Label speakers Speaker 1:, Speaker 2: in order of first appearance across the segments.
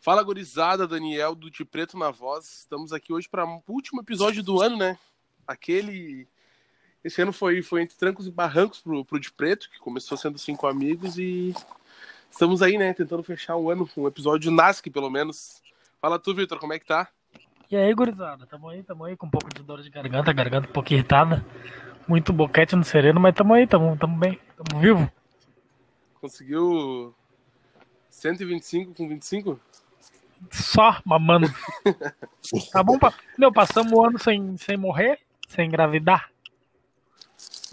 Speaker 1: Fala, gurizada, Daniel do De Preto na Voz. Estamos aqui hoje para o último episódio do ano, né? Aquele. Esse ano foi, foi entre trancos e barrancos pro, pro De Preto, que começou sendo cinco amigos e estamos aí, né? Tentando fechar o ano com um episódio NASC, pelo menos. Fala tu, Vitor, como é que tá?
Speaker 2: E aí, gurizada, tamo aí, tamo aí, com um pouco de dor de garganta, garganta um pouco irritada. Muito boquete no sereno, mas tamo aí, tamo, tamo bem, tamo vivo.
Speaker 1: Conseguiu 125 com 25?
Speaker 2: Só mamando. tá bom, pa... meu, passamos o ano sem, sem morrer, sem engravidar.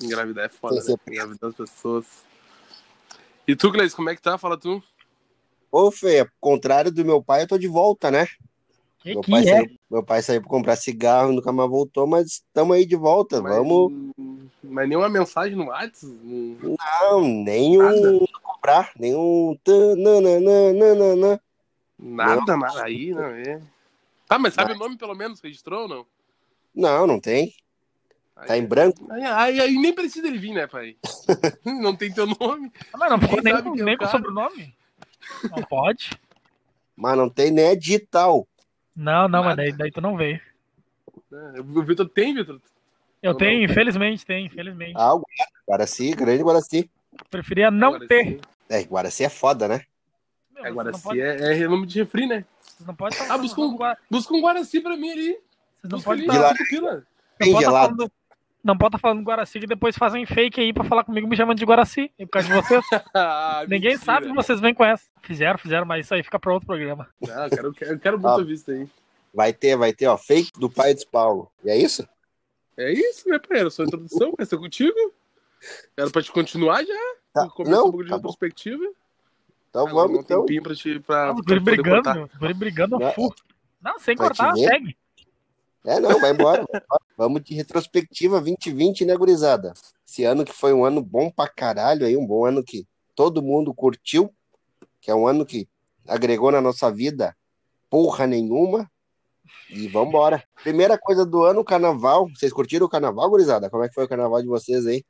Speaker 1: Engravidar é foda, né? Engravidar as pessoas. E tu, Gleice, como é que tá? Fala tu.
Speaker 3: Ô, Fê, contrário do meu pai, eu tô de volta, né?
Speaker 2: Que
Speaker 3: meu,
Speaker 2: que
Speaker 3: pai
Speaker 2: é?
Speaker 3: saiu, meu pai saiu pra comprar cigarro, nunca mais voltou, mas estamos aí de volta.
Speaker 1: Mas-
Speaker 3: Vamos.
Speaker 1: Mas nenhuma mensagem no WhatsApp? Hum,
Speaker 3: Não, nem
Speaker 1: Nada.
Speaker 3: um comprar, nem um. tananana.
Speaker 1: Nada, nada aí, não é? Tá, mas sabe o nome pelo menos? Registrou ou não?
Speaker 3: Não, não tem.
Speaker 1: Aí, é.
Speaker 3: Tá em branco?
Speaker 1: aí, aí- aí nem precisa ele vir, né, pai? não tem teu nome.
Speaker 2: Ah, Mas não pode
Speaker 1: Ninguém
Speaker 2: nem,
Speaker 1: sabe
Speaker 2: com-
Speaker 1: quem é o
Speaker 2: nem com
Speaker 1: cara.
Speaker 2: sobrenome? Não pode?
Speaker 3: Mas não tem nem é digital.
Speaker 2: Não, não, mas
Speaker 1: Nada.
Speaker 2: daí, daí tu não veio.
Speaker 1: É, O Vitor tem, Vitor?
Speaker 2: Eu
Speaker 1: Não,
Speaker 2: tenho,
Speaker 1: não.
Speaker 2: infelizmente, tenho, infelizmente.
Speaker 3: Ah, o Guaraci, grande Guaraci.
Speaker 2: Preferia não
Speaker 1: Agora
Speaker 2: ter.
Speaker 1: sim.
Speaker 3: É, Guaraci é foda, né?
Speaker 1: É,
Speaker 2: Meu, vocês
Speaker 1: Guaraci
Speaker 2: não podem-
Speaker 1: é, é nome de refri, né?
Speaker 2: vocês não podem estar
Speaker 1: Ah, busca um-
Speaker 2: falando Gua-
Speaker 1: Busca um Guaraci pra mim ali.
Speaker 2: Vocês não
Speaker 1: Busca ali,
Speaker 2: podem
Speaker 3: tá-
Speaker 2: estar
Speaker 3: Guilherme.
Speaker 1: cinco pila.
Speaker 3: Bem gelado.
Speaker 2: tá não pode tá falando Guaraci que depois fazem fake aí pra falar comigo me chamando de Guaraci. É por causa de vocês.
Speaker 1: Ah,
Speaker 2: Ninguém
Speaker 1: mentira.
Speaker 2: sabe que vocês vêm com essa. Fizeram, fizeram, mas isso aí fica pra outro programa.
Speaker 1: Não, eu quero, eu quero- eu quero muito
Speaker 3: Ah.
Speaker 1: visto aí.
Speaker 3: Vai ter, vai ter, ó. Fake do pai de Paulo. E é isso?
Speaker 1: É isso, né, pai? Era só a introdução, essa contigo. Era pra te continuar já.
Speaker 3: Tá.
Speaker 1: Começar um
Speaker 3: Não?
Speaker 1: pouco de
Speaker 3: Tá bom.
Speaker 1: perspectiva.
Speaker 3: Então
Speaker 1: Agora
Speaker 3: vamos,
Speaker 1: não tem um
Speaker 3: então.
Speaker 1: tempinho pra te. Pra,
Speaker 2: Ah, Os
Speaker 1: pra
Speaker 2: guri
Speaker 1: poder
Speaker 2: brigando,
Speaker 1: cortar.
Speaker 2: meu. Os guri brigando
Speaker 3: Não.
Speaker 2: ao full. Não, sem
Speaker 3: Vai te
Speaker 2: cortar,
Speaker 3: ver.
Speaker 2: segue.
Speaker 3: É, não, vai embora. vai embora. Vamos de retrospectiva 2020, né, gurizada? Esse ano que foi um ano bom pra caralho, aí, um bom ano que todo mundo curtiu, que é um ano que agregou na nossa vida porra nenhuma. E vambora. Primeira coisa do ano, o carnaval. Vocês curtiram o carnaval, gurizada? Como é que foi o carnaval de vocês aí?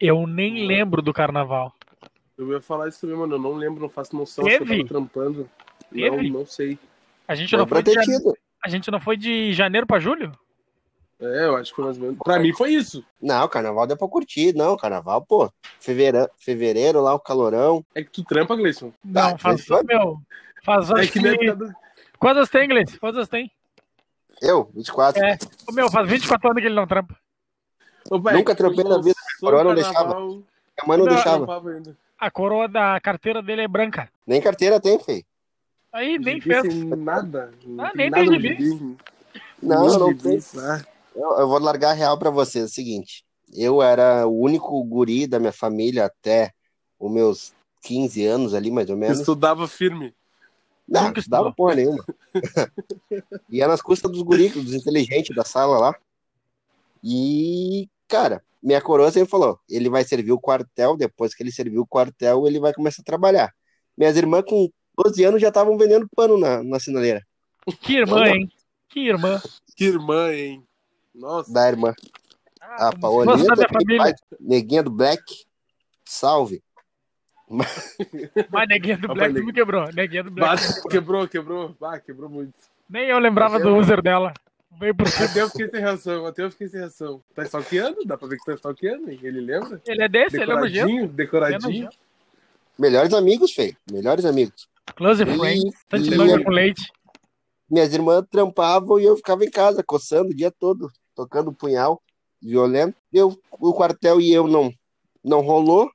Speaker 2: Eu nem lembro do carnaval.
Speaker 1: Eu ia falar isso também, mano. Eu não lembro, não faço noção se eu
Speaker 2: Teve?
Speaker 1: tava trampando.
Speaker 2: Teve?
Speaker 1: Não, não sei.
Speaker 2: A gente,
Speaker 3: Foi
Speaker 2: não foi de jane-
Speaker 3: protegido.
Speaker 2: a gente não foi de janeiro pra julho?
Speaker 1: É, eu acho que foi mais ou menos. Pra mim foi isso.
Speaker 3: Não, carnaval deu pra curtir. Não, carnaval, pô. Fevereiro, fevereiro lá, o calorão.
Speaker 1: É que tu trampa, Gleison.
Speaker 2: Não,
Speaker 3: Ah,
Speaker 2: faz.
Speaker 3: foi?
Speaker 2: Meu, faz.
Speaker 1: É
Speaker 2: acho
Speaker 1: que na
Speaker 2: que-
Speaker 1: época do.
Speaker 2: Quantas tem, Gleice? Quantas tem?
Speaker 3: Eu, 24.
Speaker 2: É. Ô, Meu, faz 24 anos que ele não trampa.
Speaker 1: Ô, velho,
Speaker 3: Nunca trampei na vida,
Speaker 1: lançou
Speaker 3: agora não
Speaker 1: o carnaval,
Speaker 3: Minha mãe não,
Speaker 1: não
Speaker 3: deixava.
Speaker 1: trampava ainda.
Speaker 2: A coroa da carteira dele é branca.
Speaker 3: Nem carteira tem, feio.
Speaker 2: Aí nem
Speaker 1: Gibi
Speaker 2: fez.
Speaker 1: sem Nada. não
Speaker 2: Ah,
Speaker 1: tem
Speaker 2: nem
Speaker 1: nada
Speaker 2: tem
Speaker 1: no
Speaker 2: gibi.
Speaker 1: gibi.
Speaker 3: Não,
Speaker 1: Nem
Speaker 3: não
Speaker 1: gibi,
Speaker 3: tem.
Speaker 1: tá?
Speaker 3: Eu, eu vou largar a real pra vocês. É o seguinte, eu era o único guri da minha família até os meus 15 anos ali, mais ou menos.
Speaker 1: Estudava firme.
Speaker 3: Não,
Speaker 2: nunca
Speaker 3: não dava
Speaker 2: estudou.
Speaker 3: porra nenhuma. e era nas custas dos guris, dos inteligentes da sala lá. E, cara, minha coroa sempre falou, ele vai servir o quartel, depois que ele serviu o quartel, ele vai começar a trabalhar. Minhas irmãs com 12 anos já estavam vendendo pano na, na sinaleira
Speaker 2: Que irmã, hein? Que irmã.
Speaker 1: Que irmã, hein? Nossa.
Speaker 3: da irmã.
Speaker 2: Ah,
Speaker 3: A
Speaker 2: como se
Speaker 3: Paolinha,
Speaker 2: fosse da minha
Speaker 3: daquele
Speaker 2: família.
Speaker 3: pai, neguinha do Black, salve.
Speaker 2: Mas neguinha do
Speaker 1: Rapaz,
Speaker 2: Black tu
Speaker 1: neguinha.
Speaker 2: me quebrou. Neguinha do Black.
Speaker 1: Bate, quebrou, quebrou. Ah, quebrou muito.
Speaker 2: Nem eu lembrava do user dela. Veio por cima.
Speaker 1: Até eu fiquei sem reação, até eu fiquei sem reação. Tá stalkeando? Dá pra ver que tá stalkeando, hein? Ele lembra?
Speaker 2: Ele é desse, ele é nojento.
Speaker 1: Decoradinho,
Speaker 2: Ele é
Speaker 1: decoradinho.
Speaker 2: nojento.
Speaker 3: Melhores amigos, feio. Melhores amigos.
Speaker 2: Close friend.
Speaker 3: E é
Speaker 2: Tante
Speaker 3: e
Speaker 2: manga com leite.
Speaker 3: minhas irmãs trampavam e eu ficava em casa, coçando o dia todo, tocando punhal, violento. Eu, o quartel e eu não, não rolou.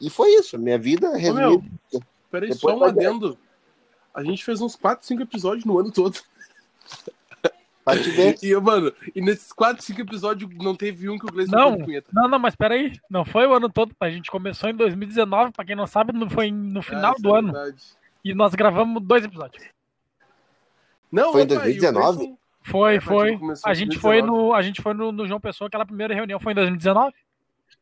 Speaker 3: E foi isso. Minha vida
Speaker 1: Ô, meu,
Speaker 3: resumida.
Speaker 1: peraí,
Speaker 3: Depois
Speaker 1: só um
Speaker 3: vai ver.
Speaker 1: adendo. A gente fez uns 4, 5 episódios no ano todo.
Speaker 3: Pra te ver.
Speaker 1: E, mano, e nesses 4, 5 episódios não teve um que o Gleison
Speaker 2: Não.
Speaker 1: foi de punheta.
Speaker 2: Não, não, mas peraí. Não foi o ano todo. A gente começou em 2019, pra quem não sabe, não foi no final
Speaker 1: Ah, isso
Speaker 2: do
Speaker 1: é
Speaker 2: ano.
Speaker 1: verdade.
Speaker 2: E nós gravamos dois episódios.
Speaker 1: Não,
Speaker 3: Foi em
Speaker 1: opa, e o
Speaker 3: 2019?
Speaker 1: Gleison-
Speaker 2: Foi,
Speaker 1: É, mas
Speaker 2: foi.
Speaker 1: ele começou
Speaker 2: A
Speaker 1: em
Speaker 2: gente
Speaker 1: 2019.
Speaker 2: foi, no, a gente foi no, no João Pessoa, aquela primeira reunião foi em 2019?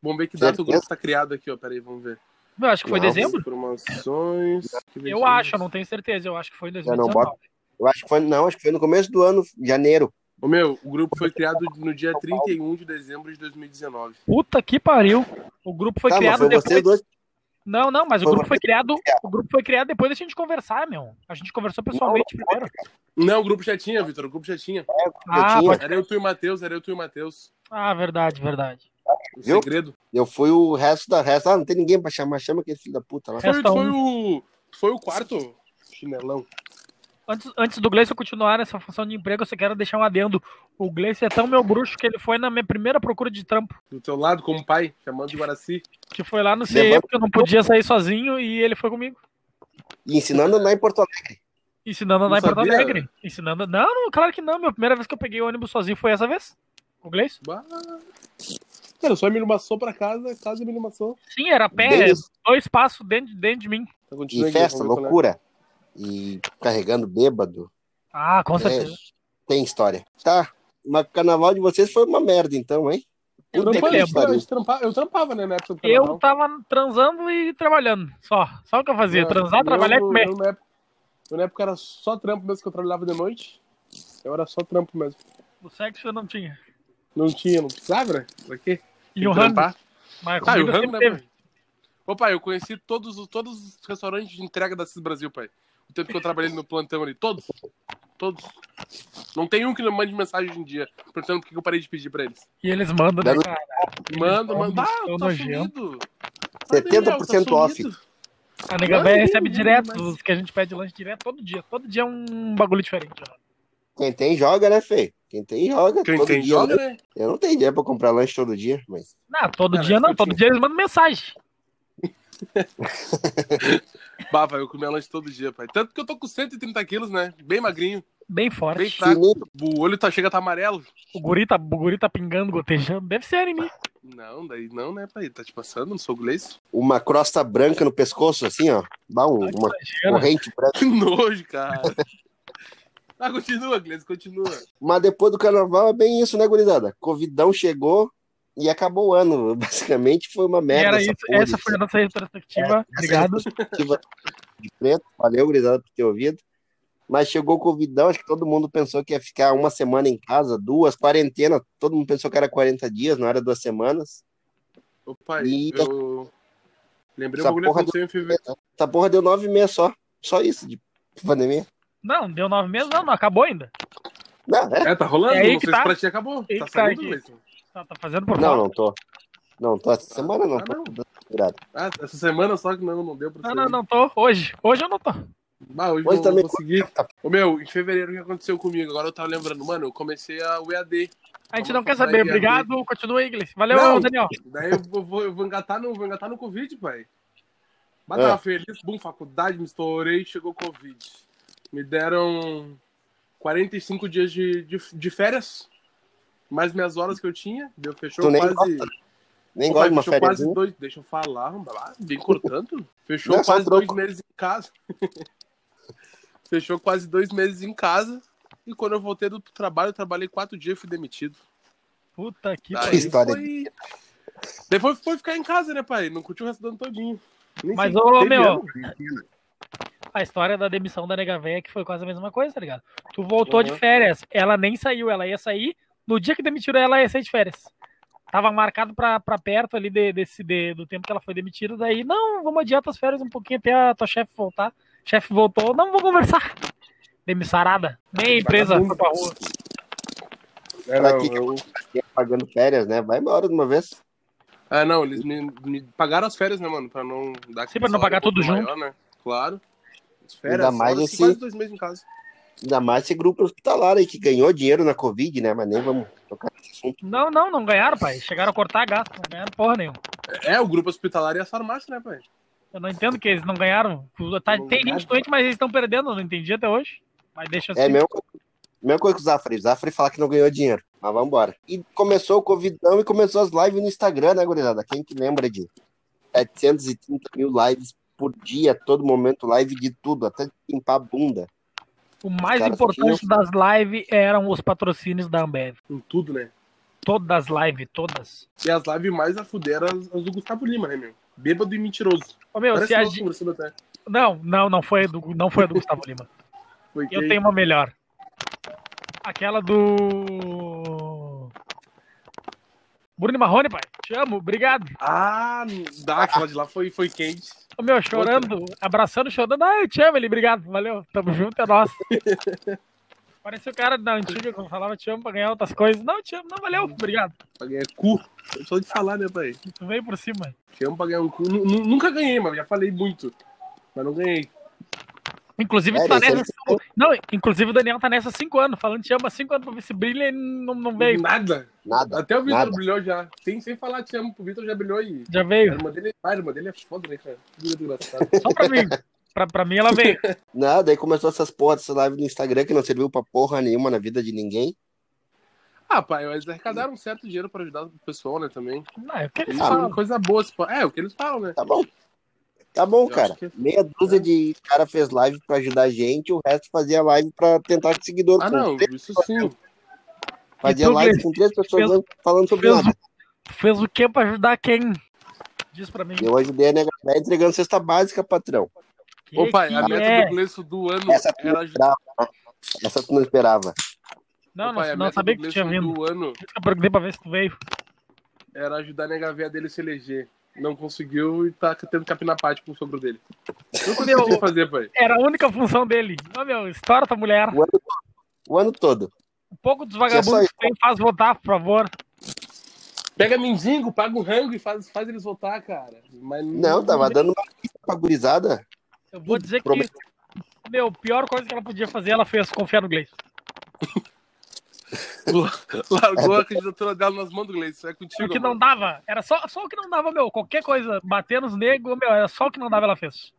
Speaker 1: Vamos ver que data o
Speaker 3: Certeza?
Speaker 1: grupo tá criado aqui, ó. Peraí, vamos ver.
Speaker 2: Não, acho que foi em
Speaker 3: Não.
Speaker 2: dezembro.
Speaker 1: Informações.
Speaker 2: Eu acho, eu não tenho certeza. Eu acho que foi em
Speaker 3: não
Speaker 2: 2019.
Speaker 3: boto. Eu acho que foi, não, acho que foi no começo do ano, janeiro.
Speaker 1: Ô, meu, o grupo foi criado no dia 31 de dezembro de 2019.
Speaker 2: Puta que pariu. O grupo foi
Speaker 3: tá, mas
Speaker 2: criado
Speaker 3: foi
Speaker 2: depois.
Speaker 3: vocês dois.
Speaker 2: Não, não, mas o
Speaker 3: Foi
Speaker 2: grupo foi
Speaker 3: você
Speaker 2: criado.
Speaker 3: criar.
Speaker 2: O grupo foi criado depois da gente conversar, meu. A gente conversou pessoalmente
Speaker 3: Não, não foi,
Speaker 2: primeiro.
Speaker 1: Não, o grupo já tinha, Vitor, o grupo já tinha.
Speaker 2: Ah,
Speaker 3: tinha.
Speaker 2: pode-
Speaker 1: Era eu, tu e o Matheus, era eu, tu e o Matheus.
Speaker 2: ah, verdade, verdade.
Speaker 1: O
Speaker 3: Viu?
Speaker 1: segredo.
Speaker 3: Eu fui o resto da resto. Ah, não tem ninguém pra chamar. Chama aquele filho da puta lá.
Speaker 1: Tu Foi,
Speaker 2: Resta
Speaker 1: tu foi
Speaker 2: um.
Speaker 1: o. tu Foi o quarto chinelão.
Speaker 2: Antes, antes do Gleison continuar essa função de emprego, eu só quero deixar um adendo. O Gleison é tão meu bruxo que ele foi na minha primeira procura de trampo,
Speaker 1: Do teu lado, como pai, chamando de Guaraci.
Speaker 2: que foi lá no CE,
Speaker 3: Levanta-
Speaker 2: porque eu não podia sair sozinho e ele foi comigo.
Speaker 3: E ensinando lá em Porto Alegre.
Speaker 2: Ensinando lá
Speaker 1: Não
Speaker 2: em Porto
Speaker 1: sabia?
Speaker 2: Alegre. Ensinando. Não, não, claro que não. Minha primeira vez que eu peguei o ônibus sozinho foi essa vez. O Gleison?
Speaker 1: Bah. Cara, só me maçou pra casa, casa me maçou.
Speaker 2: Sim, era a pé,
Speaker 3: Bem isso.
Speaker 2: dois passos dentro, dentro de mim.
Speaker 1: Então, continua
Speaker 3: E
Speaker 1: aí,
Speaker 3: festa,
Speaker 1: vamos ver qual é.
Speaker 3: loucura. E carregando bêbado.
Speaker 2: Ah, com
Speaker 3: É,
Speaker 2: certeza.
Speaker 3: tem história. Tá. Mas o carnaval de vocês foi uma merda, então, hein?
Speaker 2: Eu
Speaker 1: Não,
Speaker 2: nem
Speaker 1: pô,
Speaker 2: me lembro.
Speaker 1: eu, trampava, eu trampava, né, na época do
Speaker 2: Eu
Speaker 1: carnaval.
Speaker 2: tava transando e trabalhando. Só. Só o que eu fazia.
Speaker 1: Não,
Speaker 2: Transar,
Speaker 1: eu-
Speaker 2: trabalhar e comer.
Speaker 1: Eu, na época, eu na época era só trampo mesmo, que eu trabalhava de noite. Eu era só trampo mesmo.
Speaker 2: O sexo eu não tinha.
Speaker 1: Não tinha, não precisava, né? Pra quê? Tem
Speaker 2: E o
Speaker 1: que
Speaker 2: rango.
Speaker 1: trampar.
Speaker 2: Mas
Speaker 1: Ah, e o
Speaker 2: É comigo
Speaker 1: rango,
Speaker 2: sempre
Speaker 1: né,
Speaker 2: teve.
Speaker 1: pai? Ô, pai, eu conheci todos, os- todos os restaurantes de entrega da Cis Brasil, pai. O tempo que eu trabalhei no plantão ali. Todos. Todos. Não tem um que não mande mensagem hoje em dia, perguntando por que que eu parei de pedir pra eles.
Speaker 2: E eles mandam, né,
Speaker 3: Dando-
Speaker 2: cara?
Speaker 1: Manda, manda. Ah,
Speaker 2: Tô
Speaker 1: eu tô
Speaker 2: nojento.
Speaker 1: sumido. Tá
Speaker 3: 70% off.
Speaker 2: A nega
Speaker 1: Não,
Speaker 2: velha
Speaker 1: não,
Speaker 2: recebe
Speaker 1: não,
Speaker 2: direto
Speaker 1: mas-
Speaker 2: os que a gente pede lanche direto todo dia. Todo dia é um bagulho diferente. ó.
Speaker 3: Quem tem, joga, né, Fê? Quem tem, joga.
Speaker 1: Quem
Speaker 3: todo
Speaker 1: tem
Speaker 3: dia,
Speaker 1: joga,
Speaker 3: né?
Speaker 1: né?
Speaker 3: Eu não tenho dinheiro pra comprar lanche todo dia, mas.
Speaker 2: Não, todo
Speaker 1: Cara,
Speaker 2: dia não. Todo
Speaker 1: eu tinha-
Speaker 2: dia eles mandam mensagem.
Speaker 1: Bah, pai, eu comia lanche todo dia, pai. Tanto que eu tô com 130 quilos, né? Bem magrinho,
Speaker 2: Bem forte.
Speaker 1: bem fraco.
Speaker 3: Fininho.
Speaker 1: O olho tá, chega a tá amarelo.
Speaker 2: O, guri tá, o guri tá pingando, gotejando. Deve ser em mim.
Speaker 1: Não, daí não, né, pai? Tá te passando, não sou inglês.
Speaker 3: Uma crosta branca no pescoço, assim, ó. Dá
Speaker 2: Tá
Speaker 3: um- uma
Speaker 2: Imagina.
Speaker 3: corrente branca.
Speaker 1: Que nojo, cara. Ah, continua, Gleice, continua.
Speaker 3: Mas depois do carnaval é bem isso, né, gurizada? Covidão chegou e acabou o ano. Basicamente foi uma
Speaker 2: E
Speaker 3: merda.
Speaker 2: era
Speaker 3: essa
Speaker 2: isso.
Speaker 3: porra
Speaker 2: Essa
Speaker 3: de
Speaker 2: foi a nossa
Speaker 1: É,
Speaker 2: retrospectiva. Obrigado.
Speaker 3: expectativa de preto. Valeu, gurizada, por ter ouvido. Mas chegou o Covidão, acho que todo mundo pensou que ia ficar uma semana em casa, duas, quarentena. Todo mundo pensou que era 40 dias, não era duas semanas.
Speaker 1: Ô, pai,
Speaker 3: E-
Speaker 1: eu lembrei o
Speaker 3: Essa
Speaker 1: bagulho que
Speaker 3: porra
Speaker 1: aconteceu em fevereiro.
Speaker 3: Essa porra deu nove meses só. Só isso de pandemia.
Speaker 2: Não, deu nove meses, não, não acabou ainda.
Speaker 3: Não, é?
Speaker 1: É, tá rolando?
Speaker 2: É aí
Speaker 1: não
Speaker 2: que
Speaker 1: sei
Speaker 2: tá.
Speaker 1: se pra ti acabou.
Speaker 2: Aí
Speaker 1: Tá
Speaker 2: que tá,
Speaker 1: saindo,
Speaker 2: gente.
Speaker 1: Gleice.
Speaker 2: Tá, tá fazendo por
Speaker 3: Não,
Speaker 2: fora.
Speaker 3: não tô. Não, tô essa semana não.
Speaker 1: Ah,
Speaker 3: Tô
Speaker 1: não.
Speaker 3: grado.
Speaker 1: Ah, essa semana só que não, não deu pra
Speaker 2: Não,
Speaker 1: sair.
Speaker 2: não, não tô. Hoje. Hoje eu não tô.
Speaker 1: Ah, hoje,
Speaker 3: Hoje
Speaker 1: não,
Speaker 3: também- tá-
Speaker 1: não consegui. Ô, meu, em fevereiro o que aconteceu comigo? Agora eu tava lembrando, mano, eu comecei a o EAD.
Speaker 2: A gente
Speaker 1: Vamos
Speaker 2: não quer
Speaker 1: falar
Speaker 2: saber.
Speaker 1: de
Speaker 2: Obrigado. Continua, Iglesias. Valeu,
Speaker 1: Não.
Speaker 2: Daniel.
Speaker 1: Daí eu vou, vou- eu vou engatar no, vou engatar no Covid, pai. Mas
Speaker 3: É.
Speaker 1: tava feliz, bum, faculdade, me estourei, chegou Covid. Me deram 45 dias de, de, de férias, mais minhas horas que eu tinha, deu fechou
Speaker 3: Tu nem
Speaker 1: quase.
Speaker 3: gosta, Nem
Speaker 1: Ô,
Speaker 3: gosto
Speaker 1: pai,
Speaker 3: de uma
Speaker 1: fechou
Speaker 3: férias.
Speaker 1: quase dois. Deixa eu falar, vamos lá, vem cortando. Fechou
Speaker 3: Não, é só
Speaker 1: quase
Speaker 3: um troco.
Speaker 1: dois meses em casa. Fechou quase dois meses em casa. E quando eu voltei do trabalho, eu trabalhei quatro dias e fui demitido.
Speaker 2: Puta que
Speaker 1: Daí
Speaker 3: Que
Speaker 2: pariu.
Speaker 3: história.
Speaker 1: Foi... Depois foi ficar em casa, né, pai? Não curtiu o resto do ano todinho. Nem
Speaker 2: Mas,
Speaker 1: sei,
Speaker 2: ô,
Speaker 1: teve
Speaker 2: meu,
Speaker 1: ano?
Speaker 2: A história da demissão da nega véia que foi quase a mesma coisa, tá ligado? Tu voltou de
Speaker 1: Uhum.
Speaker 2: férias, ela nem saiu, ela ia sair. No dia que demitiram ela, ela ia sair de férias. Tava marcado pra, pra perto ali de- desse, de- do tempo que ela foi demitida. Daí, não, vamos adiar tuas férias um pouquinho até a tua chefe voltar. Chefe voltou, não, vamos conversar. Demissarada. Nem a empresa
Speaker 1: Vagabundo.
Speaker 2: foi pra rua.
Speaker 1: É,
Speaker 3: Pra
Speaker 1: não,
Speaker 3: que que
Speaker 1: eu-
Speaker 3: Ninguém pagando férias, né? Vai embora de uma vez.
Speaker 1: Ah, não, eles me, me pagaram as férias, né, mano? Pra não dar
Speaker 2: Sim, pra não pagar tudo junto.
Speaker 1: junto. Né? Claro. As férias,
Speaker 3: Ainda mais
Speaker 1: horas,
Speaker 3: esse-
Speaker 1: quase dois meses em casa.
Speaker 3: Ainda mais esse grupo hospitalar aí que ganhou dinheiro na Covid, né? Mas nem vamos tocar nesse assunto.
Speaker 2: Não, não, não ganharam, pai. Chegaram a cortar gasto, não ganharam porra nenhuma.
Speaker 1: É, o grupo hospitalar e as farmácias, né, pai?
Speaker 2: Eu não entendo que eles não ganharam. Tá-
Speaker 1: Não
Speaker 2: tem
Speaker 1: ganharam.
Speaker 2: gente doente, mas eles estão perdendo. Eu não entendi até hoje. Mas deixa assim.
Speaker 3: É a mesma coisa, mesma coisa que o Zafre. O Zafre falar que não ganhou dinheiro. Mas vamos embora. E começou o Covidão e começou as lives no Instagram, né, gurizada? Quem que lembra de 730 mil lives por dia, todo momento, live de tudo, até de limpar a bunda.
Speaker 2: O mais
Speaker 3: Cara,
Speaker 2: importante das lives eram os patrocínios da Ambev.
Speaker 1: Em tudo, né?
Speaker 2: Todas as lives, todas.
Speaker 1: E as lives mais a fuder eram as as do Gustavo Lima, né, meu? Bêbado e mentiroso.
Speaker 2: Ô, meu,
Speaker 1: Parece
Speaker 2: se a
Speaker 1: nós
Speaker 2: gente...
Speaker 1: conversando até.
Speaker 2: Não, não, não foi, a do, não foi a do Gustavo Lima.
Speaker 1: Foi
Speaker 2: Eu
Speaker 1: quem?
Speaker 2: tenho uma melhor. Aquela do. Bruno Marrone, pai. Te amo, obrigado.
Speaker 1: Ah, dá, aquela de lá foi, foi quente.
Speaker 2: Ô, meu, chorando, abraçando, chorando. Ah, eu te amo, ele, obrigado, valeu. Tamo junto, é nosso. Parece o cara da antiga que falava te amo pra ganhar outras coisas. Não, te amo, não, valeu, obrigado.
Speaker 1: Pra ganhar cu. Eu sou de falar, né, pai?
Speaker 2: Tu veio por cima.
Speaker 1: Te amo pra ganhar um cu. Nu- nu- Nunca ganhei, mas já falei muito. Mas não ganhei.
Speaker 2: Inclusive, tu
Speaker 3: É,
Speaker 2: tá
Speaker 3: isso aí
Speaker 2: nessa. Não, inclusive o Daniel tá nessa há cinco anos, falando te amo há cinco anos pra ver se brilha e não, não veio.
Speaker 1: Nada.
Speaker 3: Nada.
Speaker 1: Até o Vitor
Speaker 3: Nada.
Speaker 1: brilhou já. Sem, sem falar te amo, o Vitor já brilhou e.
Speaker 2: Já
Speaker 1: A
Speaker 2: veio.
Speaker 1: irmã dele, a irmã dele é foda, né, cara? Muito engraçado.
Speaker 2: Só pra mim. Pra, pra mim ela veio.
Speaker 3: Nada. Aí começou essas porras, essas lives no Instagram que não serviu pra porra nenhuma na vida de ninguém.
Speaker 1: Ah, pai, eles arrecadaram um certo dinheiro pra ajudar o pessoal, né, também.
Speaker 2: Não, é o que eles
Speaker 1: Eles
Speaker 3: Ah,
Speaker 1: falam
Speaker 2: falam.
Speaker 1: coisa boa. se fa- É, o que eles falam, né?
Speaker 3: Tá bom. Tá bom,
Speaker 1: Eu
Speaker 3: cara.
Speaker 1: acho que-
Speaker 3: Meia dúzia de cara fez live pra ajudar a gente, o resto fazia live pra tentar seguidor.
Speaker 1: Ah,
Speaker 3: com
Speaker 1: não,
Speaker 3: três-
Speaker 1: isso sim.
Speaker 3: Fazia
Speaker 2: E tu,
Speaker 3: live
Speaker 2: Gleice?
Speaker 3: com três pessoas
Speaker 2: Fez-
Speaker 3: falando sobre
Speaker 2: fez-
Speaker 3: nada.
Speaker 2: Tu fez o que pra ajudar quem? Diz pra mim.
Speaker 3: Eu ajudei a negar é tá entregando cesta básica, patrão.
Speaker 2: Que
Speaker 1: Ô, pai, a
Speaker 2: que
Speaker 1: meta
Speaker 2: é?
Speaker 1: do Gleison do ano
Speaker 3: Essa tu
Speaker 1: era
Speaker 3: não
Speaker 1: ajudar.
Speaker 3: esperava. Essa tu não esperava.
Speaker 2: Não,
Speaker 1: Ô, pai,
Speaker 2: não,
Speaker 1: é a
Speaker 2: não
Speaker 1: meta
Speaker 2: sabia
Speaker 1: do
Speaker 2: que tu tinha
Speaker 1: Gleison
Speaker 2: vindo.
Speaker 1: do ano
Speaker 2: Por isso que eu perguntei pra ver se tu veio.
Speaker 1: era ajudar a nega véia dele se eleger. Não conseguiu e tá tendo que apinar parte com o sogro dele. Não conseguiu fazer, pai.
Speaker 2: Era a única função dele. Ô, meu, estoura tua mulher.
Speaker 3: O ano, o ano todo.
Speaker 2: Um pouco dos
Speaker 3: É só
Speaker 2: vagabundos
Speaker 3: isso.
Speaker 2: que tem, faz votar, por favor.
Speaker 1: Pega mendigo, paga um rango e faz, faz eles votar, cara. Mas
Speaker 3: Não, tava dando uma lista pra gurizada.
Speaker 2: Eu vou dizer que,
Speaker 3: Prometeu.
Speaker 2: meu, a pior coisa que ela podia fazer, ela fez, confiar no Gleison.
Speaker 1: Largou a candidatura dela nas mãos do Gleison. É
Speaker 2: O
Speaker 1: contigo.
Speaker 2: que não
Speaker 1: mano.
Speaker 2: dava, era só, só o que não dava, meu, qualquer coisa, bater nos negros, meu, era só o que não dava, ela fez.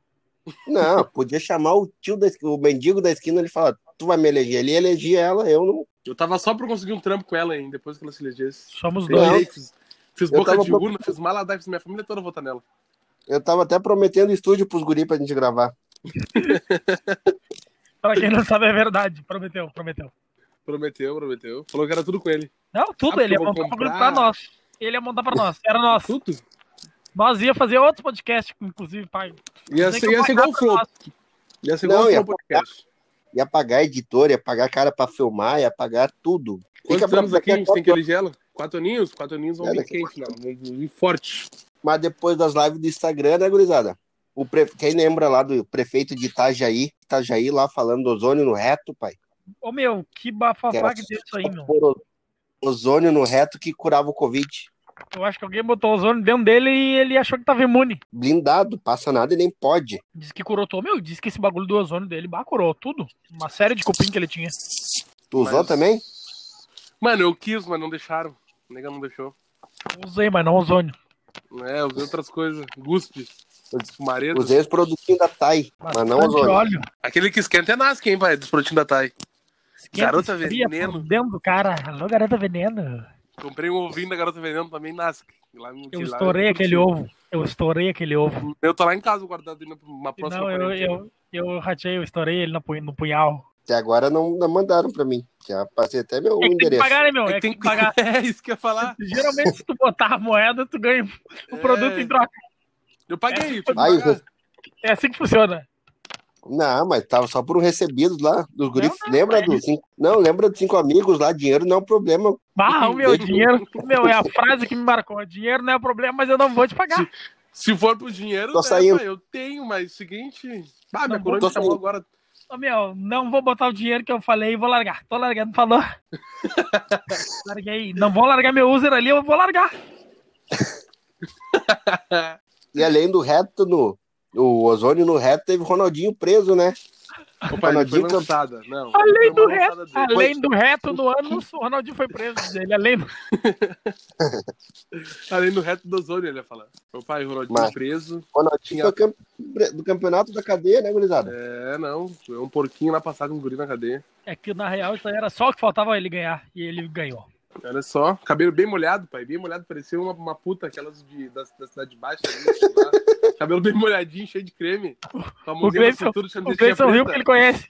Speaker 3: Não, podia chamar o tio, da, esqui- o mendigo da esquina, ele fala, tu vai me eleger. Ele elegia ela, eu não.
Speaker 1: Eu tava só pra conseguir um trampo com ela, hein, depois que ela se elegesse.
Speaker 2: Somos
Speaker 1: Tem
Speaker 3: Não.
Speaker 2: dois.
Speaker 1: jeito, Fiz, fiz
Speaker 3: Eu
Speaker 1: boca
Speaker 3: tava
Speaker 1: de
Speaker 3: pro-
Speaker 1: urna, fiz maladar, fiz minha família toda votar nela.
Speaker 3: Eu tava até prometendo estúdio pros guri pra gente gravar.
Speaker 2: Pra quem não sabe, é verdade. Prometeu, prometeu.
Speaker 1: Prometeu, prometeu. Falou que era tudo com ele.
Speaker 2: Não, tudo,
Speaker 1: Sabe
Speaker 2: ele
Speaker 1: que
Speaker 2: ia
Speaker 1: eu vou
Speaker 2: montar
Speaker 1: comprar?
Speaker 2: pra, pra nós. Ele ia montar pra nós, era nosso.
Speaker 1: Tudo?
Speaker 2: Nós ia fazer outros podcasts, inclusive, pai.
Speaker 1: Ia
Speaker 2: Sei
Speaker 1: ser,
Speaker 2: é que
Speaker 1: ia
Speaker 2: eu
Speaker 1: ser igual o
Speaker 2: pagava
Speaker 1: Flow.
Speaker 2: pra nós.
Speaker 1: Ia ser igual
Speaker 3: Não,
Speaker 1: o
Speaker 3: ia
Speaker 1: Flow Podcast.
Speaker 3: Ia pagar editor, ia pagar cara pra filmar, ia pagar tudo. tá- Fica
Speaker 1: Quantos
Speaker 3: pra é
Speaker 1: anos aqui a
Speaker 3: daqui a
Speaker 1: gente tem que
Speaker 3: quatro,
Speaker 1: eleger ela? Quatro aninhos? Quatro aninhos vão
Speaker 3: É,
Speaker 1: vir
Speaker 3: daqui a
Speaker 1: quente, né? não. Vão vir um forte.
Speaker 3: mas depois das lives do Instagram, né, gurizada? O pre... Quem lembra lá do prefeito de Itajaí, Itajaí lá falando do ozônio no reto, pai?
Speaker 2: Ô, meu, que bafafá que deu isso aí, meu.
Speaker 3: Por o- ozônio no reto que curava o Covid.
Speaker 2: Eu acho que alguém botou ozônio dentro dele e ele achou que tava imune.
Speaker 3: Blindado, passa nada e nem pode.
Speaker 2: Diz que curou todo. Meu, diz que esse bagulho do ozônio dele bah, curou tudo. Uma série de cupim que ele tinha.
Speaker 3: Tu usou
Speaker 1: Mas-
Speaker 3: também?
Speaker 1: Mano, eu quis, mas não deixaram. O nega não deixou.
Speaker 2: Usei, mas não ozônio.
Speaker 1: É, eu vi outras coisas. Guspe. Fumaredo.
Speaker 3: Usei os produtinhos da TAI, mas não
Speaker 2: Bastante
Speaker 3: ozônio.
Speaker 2: óleo.
Speaker 1: Aquele que esquenta é nasce, hein, pai? Dos protinhos da Thay.
Speaker 2: Esquenta,
Speaker 1: Garota
Speaker 2: esfria
Speaker 1: Veneno.
Speaker 2: por Dentro do cara. Alô, garota veneno.
Speaker 1: Comprei um ovinho da Garota Veneno também, nasce. Lá,
Speaker 2: Eu
Speaker 1: lá-
Speaker 2: estourei aquele ovo. Eu estourei aquele ovo.
Speaker 1: Eu tô lá em casa guardado ainda pra uma próxima
Speaker 2: Não, eu,
Speaker 1: quarentena.
Speaker 2: eu, eu ratei, eu estourei ele no pu- no punhal.
Speaker 3: Até agora não, não mandaram pra mim. Já passei até
Speaker 2: É
Speaker 3: meu
Speaker 2: que tem que
Speaker 3: endereço.
Speaker 2: pagar, né,
Speaker 1: É
Speaker 2: meu? É
Speaker 1: que
Speaker 2: que tem que
Speaker 1: tem-
Speaker 2: pagar.
Speaker 1: É isso que eu ia falar.
Speaker 2: Geralmente, se tu botar a moeda, tu ganha o
Speaker 1: É.
Speaker 2: produto em troca.
Speaker 1: Eu paguei. eu tive que
Speaker 3: Vai,
Speaker 1: pagar.
Speaker 3: Rufo.
Speaker 2: É assim que funciona.
Speaker 3: Não, mas tava só por um recebido lá dos guris.
Speaker 2: Não, é. não,
Speaker 3: lembra
Speaker 2: mas-
Speaker 3: dos cinco. Não, lembra dos cinco amigos lá, dinheiro não é um problema.
Speaker 2: Barra Ah, o meu dinheiro. Meu, é a frase que me marcou. Dinheiro não é problema, mas eu não vou te pagar.
Speaker 1: Se for pro dinheiro,
Speaker 3: Tô
Speaker 1: né,
Speaker 3: saindo.
Speaker 1: pai, eu tenho, mas seguinte. Ah, minha
Speaker 2: Não,
Speaker 1: coroa
Speaker 3: tô
Speaker 1: me chamou
Speaker 3: saindo.
Speaker 1: agora.
Speaker 2: Ô, meu, não vou botar o dinheiro que eu falei e vou largar. Tô largando, falou. Larguei. Não vou largar meu user ali, eu vou largar.
Speaker 3: E além do reto, no, o ozônio no reto, teve Ronaldinho preso, né?
Speaker 1: O pai ele foi
Speaker 3: Dica-
Speaker 1: lançada. Não. foi
Speaker 2: Além
Speaker 1: uma
Speaker 2: do
Speaker 1: lançada
Speaker 2: reto,
Speaker 1: dele. tipo
Speaker 2: além do reto no ano, o Ronaldinho foi preso dele. Além do...
Speaker 1: Além do reto do ozônio, ele ia falar. Meu pai, Ronaldinho
Speaker 3: Mas-
Speaker 1: preso.
Speaker 3: Ronaldinho foi campe- do campeonato da cadeia, né, gurizada?
Speaker 1: É, não. É um porquinho lá passar com um guri na cadeia.
Speaker 2: É que, na real, isso aí era só o que faltava ele ganhar. E ele ganhou.
Speaker 1: Olha só. Cabelo bem molhado, pai. Bem molhado. Parecia uma, uma puta, aquelas de, da, da Cidade Baixa. ali, sei lá. Cabelo bem molhadinho, cheio de creme. Com a
Speaker 2: O
Speaker 1: mãozinha na
Speaker 2: Gleison,
Speaker 1: cintura, de
Speaker 2: o
Speaker 1: camisetinha
Speaker 2: Gleison Rio que
Speaker 1: preta.
Speaker 2: ele conhece.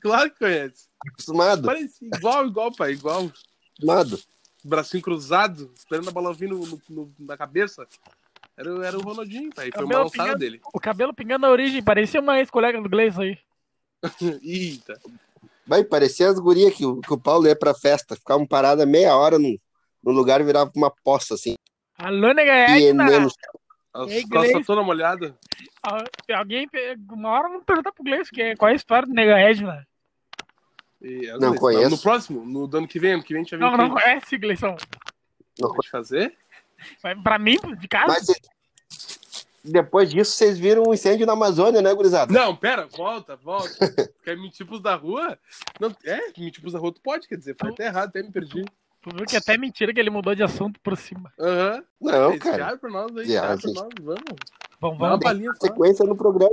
Speaker 1: Claro que conhece.
Speaker 3: Acostumado,
Speaker 1: Parecia igual, igual, pai. Igual.
Speaker 3: acostumado.
Speaker 1: bracinho cruzado, esperando a bola vir no, no- no- na cabeça. Era, o- era o Ronaldinho, pai. Foi uma
Speaker 2: Cabelo
Speaker 1: lançada
Speaker 2: pingando.
Speaker 1: dele.
Speaker 2: O cabelo pingando na origem, parecia uma ex-colega do Gleison aí.
Speaker 1: Eita.
Speaker 3: Vai parecer as gurias que, o- que o Paulo ia pra festa, ficavam paradas meia hora num, no lugar virava uma poça, assim.
Speaker 2: Alô, nega, é
Speaker 3: E
Speaker 2: Edna.
Speaker 3: menos.
Speaker 1: As
Speaker 2: Ei,
Speaker 1: costas
Speaker 2: Gleice.
Speaker 1: toda molhada.
Speaker 2: Al- Ah, Alguém, pe- uma hora vamos perguntar pro Gleison que é- qual é a história do Nega Edna.
Speaker 1: E, às
Speaker 3: Não
Speaker 1: vezes,
Speaker 3: conheço.
Speaker 1: No próximo, no do ano que vem, ano que vem a gente vai
Speaker 2: Não,
Speaker 1: vir
Speaker 2: não
Speaker 1: aqui.
Speaker 2: conhece, Gleison.
Speaker 3: não
Speaker 1: Pode fazer?
Speaker 2: Vai Pra mim, de casa.
Speaker 3: Mas cê- depois disso, vocês viram um incêndio na Amazônia, né, gurizada?
Speaker 1: Não, pera, volta, volta. Quer mentir pros da rua? Não, é, mentir pros da rua tu pode, quer dizer, foi até errado, até me perdi.
Speaker 2: Tu viu que até é mentira que ele mudou de assunto por cima.
Speaker 1: Aham.
Speaker 3: Não,
Speaker 1: Esse
Speaker 3: cara.
Speaker 1: abre pra nós aí,
Speaker 3: Viagem.
Speaker 1: abre pra nós, vamos.
Speaker 2: Vamos,
Speaker 1: Dá uma
Speaker 2: vamos,
Speaker 1: palhinha só.
Speaker 3: Sequência no programa.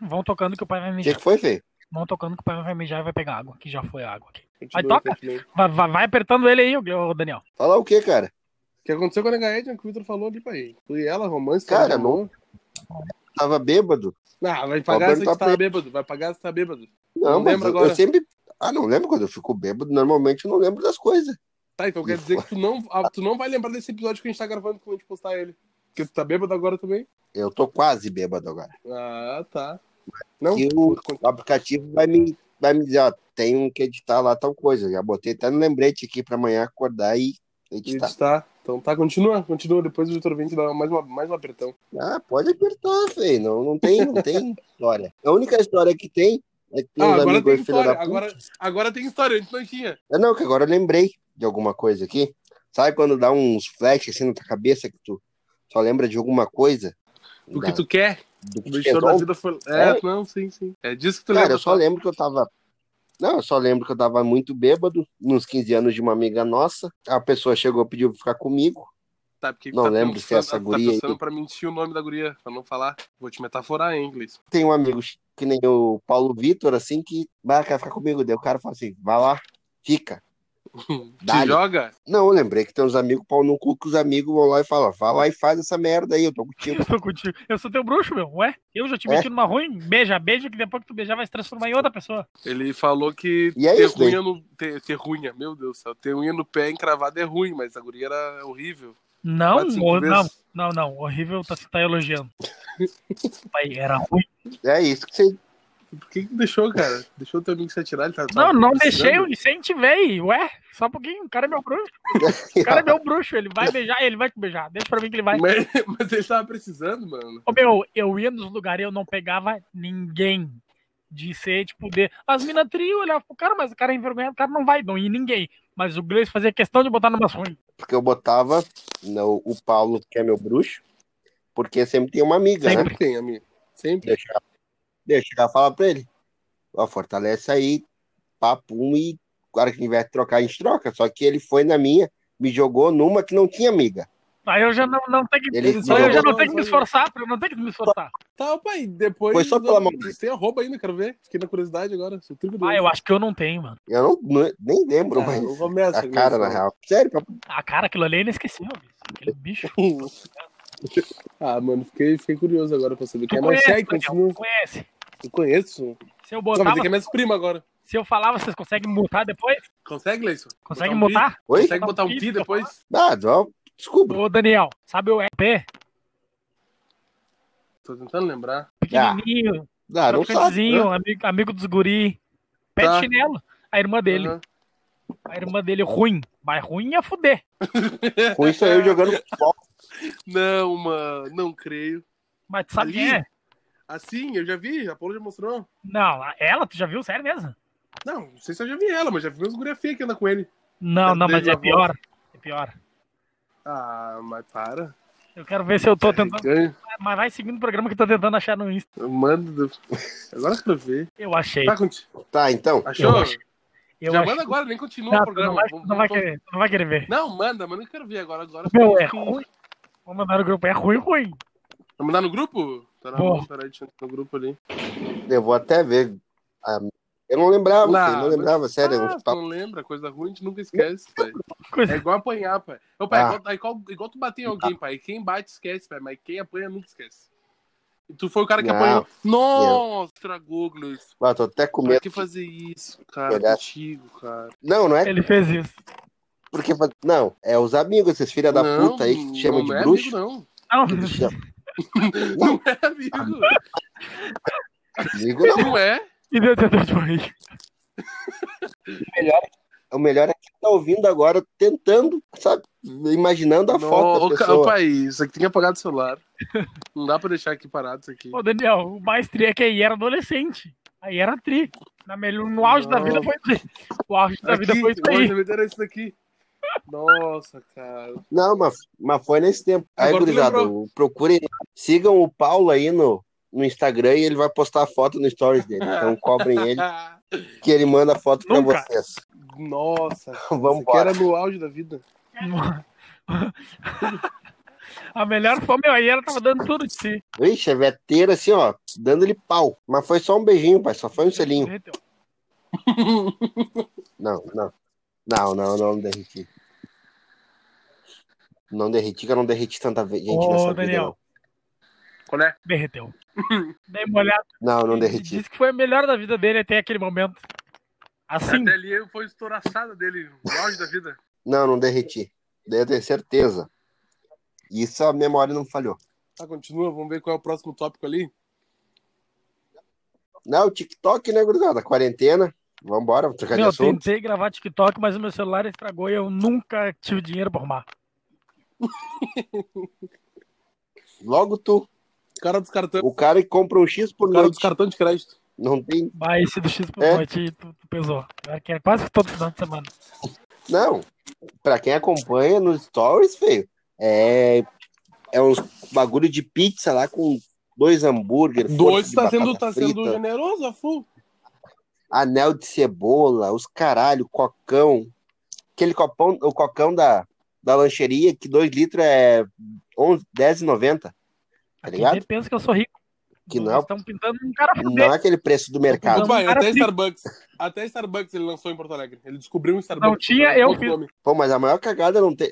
Speaker 2: vão tocando que o pai vai
Speaker 3: O que,
Speaker 2: mijar.
Speaker 3: que foi, Fê?
Speaker 2: Vão tocando que o pai vai mijar e vai pegar água, que já foi água aqui. Vai,
Speaker 1: Continua,
Speaker 2: toca.
Speaker 1: continua.
Speaker 2: Vai, vai- vai apertando ele aí, ô, ô, Daniel.
Speaker 3: Falar o que, cara?
Speaker 1: O que aconteceu com a Nega Edna, que o Vitor falou ali, pai. Tu e ela, romance,
Speaker 3: Cara,
Speaker 1: tá bom.
Speaker 3: Tava bêbado?
Speaker 1: Ah, vai pagar essa
Speaker 3: Roberto
Speaker 1: que
Speaker 3: tá
Speaker 1: tava
Speaker 3: preto.
Speaker 1: bêbado, vai pagar essa que tá bêbado.
Speaker 3: Não,
Speaker 1: Não
Speaker 3: mas
Speaker 1: lembro
Speaker 3: eu-
Speaker 1: agora.
Speaker 3: eu sempre. Ah, não lembro quando eu fico bêbado. Normalmente eu não lembro das coisas.
Speaker 1: Tá, então quer dizer que tu não, ah, tu não vai lembrar desse episódio que a gente tá gravando quando a gente postar ele. Porque tu tá bêbado agora também?
Speaker 3: Eu tô quase bêbado agora.
Speaker 1: Ah, tá. Não?
Speaker 3: E o o aplicativo vai me, vai me dizer, ó, tem um que editar lá tal coisa. Já botei até no lembrete aqui pra amanhã acordar e editar.
Speaker 1: Está. Então tá, continua, continua. Depois o Vitor vem te dar mais, uma, mais um apertão.
Speaker 3: Ah, pode apertar, feio. Não, não tem, não tem história. A única história que tem é que tem
Speaker 1: Ah,
Speaker 3: uns
Speaker 1: agora
Speaker 3: amigos
Speaker 1: tem
Speaker 3: filha da
Speaker 1: história.
Speaker 3: puta.
Speaker 1: Agora, agora tem história, antes não tinha.
Speaker 3: Ah, Não, que agora eu lembrei de alguma coisa aqui. Sabe quando dá uns flash assim na tua cabeça que tu só lembra de alguma coisa?
Speaker 1: O
Speaker 3: Da-
Speaker 1: que tu quer?
Speaker 3: do que
Speaker 1: O
Speaker 3: tu
Speaker 1: editor da
Speaker 3: tentou?
Speaker 1: vida foi. É,
Speaker 3: É.
Speaker 1: não, sim, sim. É disso que tu
Speaker 3: Cara,
Speaker 1: lembra.
Speaker 3: eu só lembro que eu tava. Não, eu só lembro que eu tava muito bêbado, nos 15 anos de uma amiga nossa. A pessoa chegou e pediu pra ficar comigo.
Speaker 1: Tá, porque
Speaker 3: Não
Speaker 1: tá
Speaker 3: lembro se é essa
Speaker 1: pensando-
Speaker 3: guria
Speaker 1: Tá
Speaker 3: aí.
Speaker 1: pensando pra mentir o nome da guria, pra não falar. Vou te metaforar em inglês.
Speaker 3: Tem um amigo que nem o Paulo Vitor, assim, que vai, quer ficar comigo. Daí o cara fala assim: vai lá, fica.
Speaker 1: Te
Speaker 3: Dá-lhe.
Speaker 1: joga?
Speaker 3: Não, eu lembrei que tem uns amigos pau no cu que os amigos vão lá e falam: vai lá e faz essa merda aí, eu tô contigo.
Speaker 2: Eu tô contigo. Eu sou teu bruxo, meu. Ué? Eu já te
Speaker 3: É.
Speaker 2: meti numa ruim. Beija, beija, que depois que tu beijar vai se transformar em outra pessoa.
Speaker 1: Ele falou que
Speaker 3: E é
Speaker 1: ter,
Speaker 3: isso daí.
Speaker 1: ruinha no, ter, ter ruinha, meu Deus do céu. Ter unha no pé encravada é ruim, mas a guria era horrível.
Speaker 2: Não,
Speaker 1: Quatro, cinco
Speaker 2: ô, não,
Speaker 1: vezes.
Speaker 2: não, não. Horrível tá, tá elogiando. Pai, era ruim.
Speaker 3: É isso que você.
Speaker 1: Por que que deixou, cara? Deixou o teu amigo se atirar? Ele tá,
Speaker 2: Não,
Speaker 1: tá
Speaker 2: não
Speaker 1: precisando?
Speaker 2: deixei, eu incentivei. Ué, só um pouquinho. O cara é meu bruxo. O cara é meu bruxo. Ele vai beijar, ele vai te beijar. Deixa pra mim que ele vai.
Speaker 1: Mas, mas ele tava precisando, mano.
Speaker 2: Ô, meu, eu ia nos lugares e eu não pegava ninguém. De ser, tipo, de. As minas trio olhava pro cara, mas o cara é envergonhado, o cara não vai, não ia ninguém. Mas o Gleice fazia questão de botar numa ruim.
Speaker 3: Porque eu botava no, o Paulo, que é meu bruxo, porque sempre tem uma amiga, né?
Speaker 1: Sempre tem, amigo. Sempre.
Speaker 3: Deixar, deixar falar pra ele. Ó, fortalece aí, papum, e na hora que tiver que trocar, a gente troca. Só que ele foi na minha, me jogou numa que não tinha amiga.
Speaker 2: Aí eu já não, não tenho que.
Speaker 3: Ele
Speaker 1: Ele
Speaker 3: me
Speaker 1: só
Speaker 2: aí eu já
Speaker 3: jogou-
Speaker 2: não tenho que me esforçar, eu não tenho que me esforçar.
Speaker 1: Tá, pai, depois.
Speaker 3: Foi só pela mão.
Speaker 1: Tem arroba ainda, quero ver. Fiquei na curiosidade agora. Sou tudo
Speaker 2: Ah,
Speaker 1: curioso.
Speaker 2: eu acho que eu não tenho, mano.
Speaker 3: Eu não, não- nem lembro,
Speaker 1: Ah,
Speaker 3: mas
Speaker 1: não começa,
Speaker 3: a cara, na
Speaker 1: começa.
Speaker 3: real. Sério, papo,
Speaker 2: Ah, cara, aquilo ali é inesquecível, Gleice. aquele
Speaker 1: É
Speaker 2: bicho.
Speaker 1: ah, mano, fiquei, fiquei curioso agora pra saber
Speaker 2: Tu
Speaker 1: quem é. Mas
Speaker 2: conhece,
Speaker 1: segue,
Speaker 2: Daniel,
Speaker 1: continua.
Speaker 2: tu conhece.
Speaker 1: Eu conheço.
Speaker 2: Se eu
Speaker 1: Não, mas é
Speaker 2: botava,
Speaker 1: que é minhas primas agora.
Speaker 2: se eu falava, vocês conseguem mutar depois?
Speaker 1: Consegue, Leison?
Speaker 2: Conseguem
Speaker 1: Botar um pi?
Speaker 2: mutar?
Speaker 3: Oi?
Speaker 1: Consegue
Speaker 2: Tá
Speaker 1: botar um pi depois?
Speaker 3: Ah, não, desculpa.
Speaker 2: Ô, Daniel, sabe o EP?
Speaker 1: Tô tentando lembrar.
Speaker 2: Pequenininho.
Speaker 3: Ah, não sabe.
Speaker 2: Traficantezinho,
Speaker 3: né?
Speaker 2: amigo, amigo dos guri. Pé
Speaker 1: Tá. Uhum.
Speaker 2: de chinelo. A irmã dele.
Speaker 1: Aham.
Speaker 2: A irmã dele ruim. Mas ruim é fuder.
Speaker 3: Com isso aí eu jogando futebol.
Speaker 1: Não, mano, não creio.
Speaker 2: Mas tu sabe
Speaker 1: Ali?
Speaker 2: quem é?
Speaker 1: Assim, eu já vi, a Paula já mostrou.
Speaker 2: Não, ela, tu já viu? Sério mesmo?
Speaker 1: Não, não sei se eu já vi ela, mas já vi uns guria feia que anda com ele.
Speaker 2: Não,
Speaker 1: Eu
Speaker 2: não, mas
Speaker 1: tenho
Speaker 2: é
Speaker 1: uma
Speaker 2: pior. É pior.
Speaker 1: Ah, mas para.
Speaker 2: Eu quero ver se eu tô tentando.
Speaker 1: Ganha.
Speaker 2: Mas vai seguindo o programa que eu tô tentando achar no Insta.
Speaker 1: Manda. do- Agora eu quero ver.
Speaker 2: Eu achei.
Speaker 1: Tá contigo.
Speaker 3: Tá, então.
Speaker 1: Achou?
Speaker 2: Eu acho- Eu
Speaker 1: já
Speaker 2: achei.
Speaker 1: manda agora, nem continua
Speaker 2: Não,
Speaker 1: o
Speaker 2: tu
Speaker 1: programa.
Speaker 2: não, vai,
Speaker 1: Vamos-
Speaker 2: não, vai
Speaker 1: vamos-
Speaker 2: querer, não vai querer ver.
Speaker 1: Não, manda, mas eu não quero ver agora. agora
Speaker 2: Meu, é
Speaker 1: fica-
Speaker 2: ruim. Vou mandar no grupo. É ruim, ruim.
Speaker 1: Vamos mandar no grupo? Tá na
Speaker 2: Boa.
Speaker 1: mão, peraí, deixa eu entrar no grupo ali.
Speaker 3: Eu vou até ver. Ah, Eu não lembrava,
Speaker 1: Não,
Speaker 3: eu Ah, não lembrava, sério. é um
Speaker 1: Ah,
Speaker 3: uns
Speaker 1: tu
Speaker 3: papos.
Speaker 1: não lembra, coisa ruim, a gente nunca esquece, pai. É
Speaker 2: Coisa.
Speaker 1: igual apanhar, pai. Ô, pai,
Speaker 3: Ah.
Speaker 1: igual, é igual, igual tu bater em alguém, pai. Quem bate esquece, pai, mas quem apanha nunca esquece. E tu foi o cara que
Speaker 3: Não.
Speaker 1: apanhou. Nossa, estragou, Gleice.
Speaker 3: Ah, tô até com
Speaker 1: Pra
Speaker 3: medo.
Speaker 1: que fazer isso, cara?
Speaker 3: Olhar.
Speaker 1: Contigo, cara.
Speaker 3: Não, não é
Speaker 2: Ele fez isso.
Speaker 3: porque. faz- Não, é os amigos, esses filha da
Speaker 1: Não,
Speaker 3: puta aí que te chamam
Speaker 1: não
Speaker 3: de
Speaker 1: é
Speaker 3: bruxo.
Speaker 1: Amigo, não.
Speaker 2: Não,
Speaker 1: não é amigo.
Speaker 3: Amigo não.
Speaker 1: Não é.
Speaker 2: me deu tentando de morrer.
Speaker 3: O melhor é que tá ouvindo agora tentando, sabe? Imaginando a foto
Speaker 1: Ô,
Speaker 3: da
Speaker 1: ca-
Speaker 3: pessoa.
Speaker 1: ô, pai, isso aqui tem que apagar do celular. Não dá pra deixar aqui parado isso aqui.
Speaker 2: Ô, Daniel, o mais tri é que aí era adolescente. Aí era tri. Na melhor, no auge da vida
Speaker 1: Não.
Speaker 2: foi tri. O auge da vida
Speaker 1: Aqui,
Speaker 2: foi isso
Speaker 1: hoje
Speaker 2: aí.
Speaker 1: também era isso daqui. Nossa, cara.
Speaker 3: Não, mas, mas foi nesse tempo. Aí,
Speaker 1: Agora tu
Speaker 3: gurizada,
Speaker 1: lembrou.
Speaker 3: procurem, sigam o Paulo aí no, no Instagram e ele vai postar a foto no stories dele. Então cobrem ele, que ele manda a foto pra
Speaker 2: Nunca.
Speaker 3: vocês.
Speaker 1: Nossa, isso aqui
Speaker 3: Vamos embora.
Speaker 1: era no auge da vida.
Speaker 2: A melhor foi, meu, aí ela tava dando tudo de si.
Speaker 3: Ixi, é veteira assim, ó, dando-lhe pau. Mas foi só um beijinho, pai, só foi um selinho.
Speaker 2: Derreteu.
Speaker 3: Não, não. Não, não, não, não derreti. Não derreti, que eu não derreti tanta ve- gente
Speaker 2: Ô,
Speaker 3: nessa vida,
Speaker 2: Daniel.
Speaker 1: Qual é?
Speaker 2: Derreteu. Dei uma olhada.
Speaker 3: não. Não, não
Speaker 2: ele
Speaker 3: derreti.
Speaker 2: Disse que foi a melhor da vida dele até aquele momento. Assim,
Speaker 1: Até ali foi estouraçada dele, no auge da vida.
Speaker 3: Não, não derreti. Deve ter certeza. Isso a memória não falhou.
Speaker 1: Tá, continua, vamos ver qual é o próximo tópico ali.
Speaker 3: Não, o TikTok, né, gurizada? Quarentena. Vambora, vamos trocar de
Speaker 2: meu, eu
Speaker 3: assunto.
Speaker 2: tentei gravar TikTok, mas o meu celular estragou e eu nunca tive dinheiro pra arrumar.
Speaker 3: Logo tu,
Speaker 1: Cara dos cartões,
Speaker 3: o cara que compra um X por
Speaker 1: cara
Speaker 3: noite.
Speaker 1: dos cartões de crédito.
Speaker 3: Não tem.
Speaker 2: Mas esse do X por
Speaker 3: É?
Speaker 2: noite tu, tu pesou. Pior que é quase todo final de semana.
Speaker 3: Não. Pra quem acompanha nos stories, feio. É. É uns bagulho de pizza lá com dois hambúrguer. forte
Speaker 1: Dois
Speaker 3: de
Speaker 1: tá sendo,
Speaker 3: batata
Speaker 1: tá
Speaker 3: frita,
Speaker 1: sendo generoso, a full.
Speaker 3: Anel de cebola, os caralho, cocão. Aquele copão, o cocão da, da lancheria, que dois litros é 11, 10,90. Tá
Speaker 2: Aqui
Speaker 3: ligado?
Speaker 2: nem pensa que eu sou rico.
Speaker 3: Que não é
Speaker 2: Vocês estão pintando um cara
Speaker 3: Não é aquele preço do mercado.
Speaker 2: Não,
Speaker 1: Ô, pai,
Speaker 2: cara,
Speaker 1: até
Speaker 2: tri-
Speaker 1: Starbucks. Até Starbucks ele lançou em Porto Alegre. Ele descobriu um Starbucks.
Speaker 2: Não tinha,
Speaker 1: Qual
Speaker 2: eu
Speaker 1: o
Speaker 2: fiz.
Speaker 1: nome?
Speaker 3: Pô, mas a maior cagada não tem.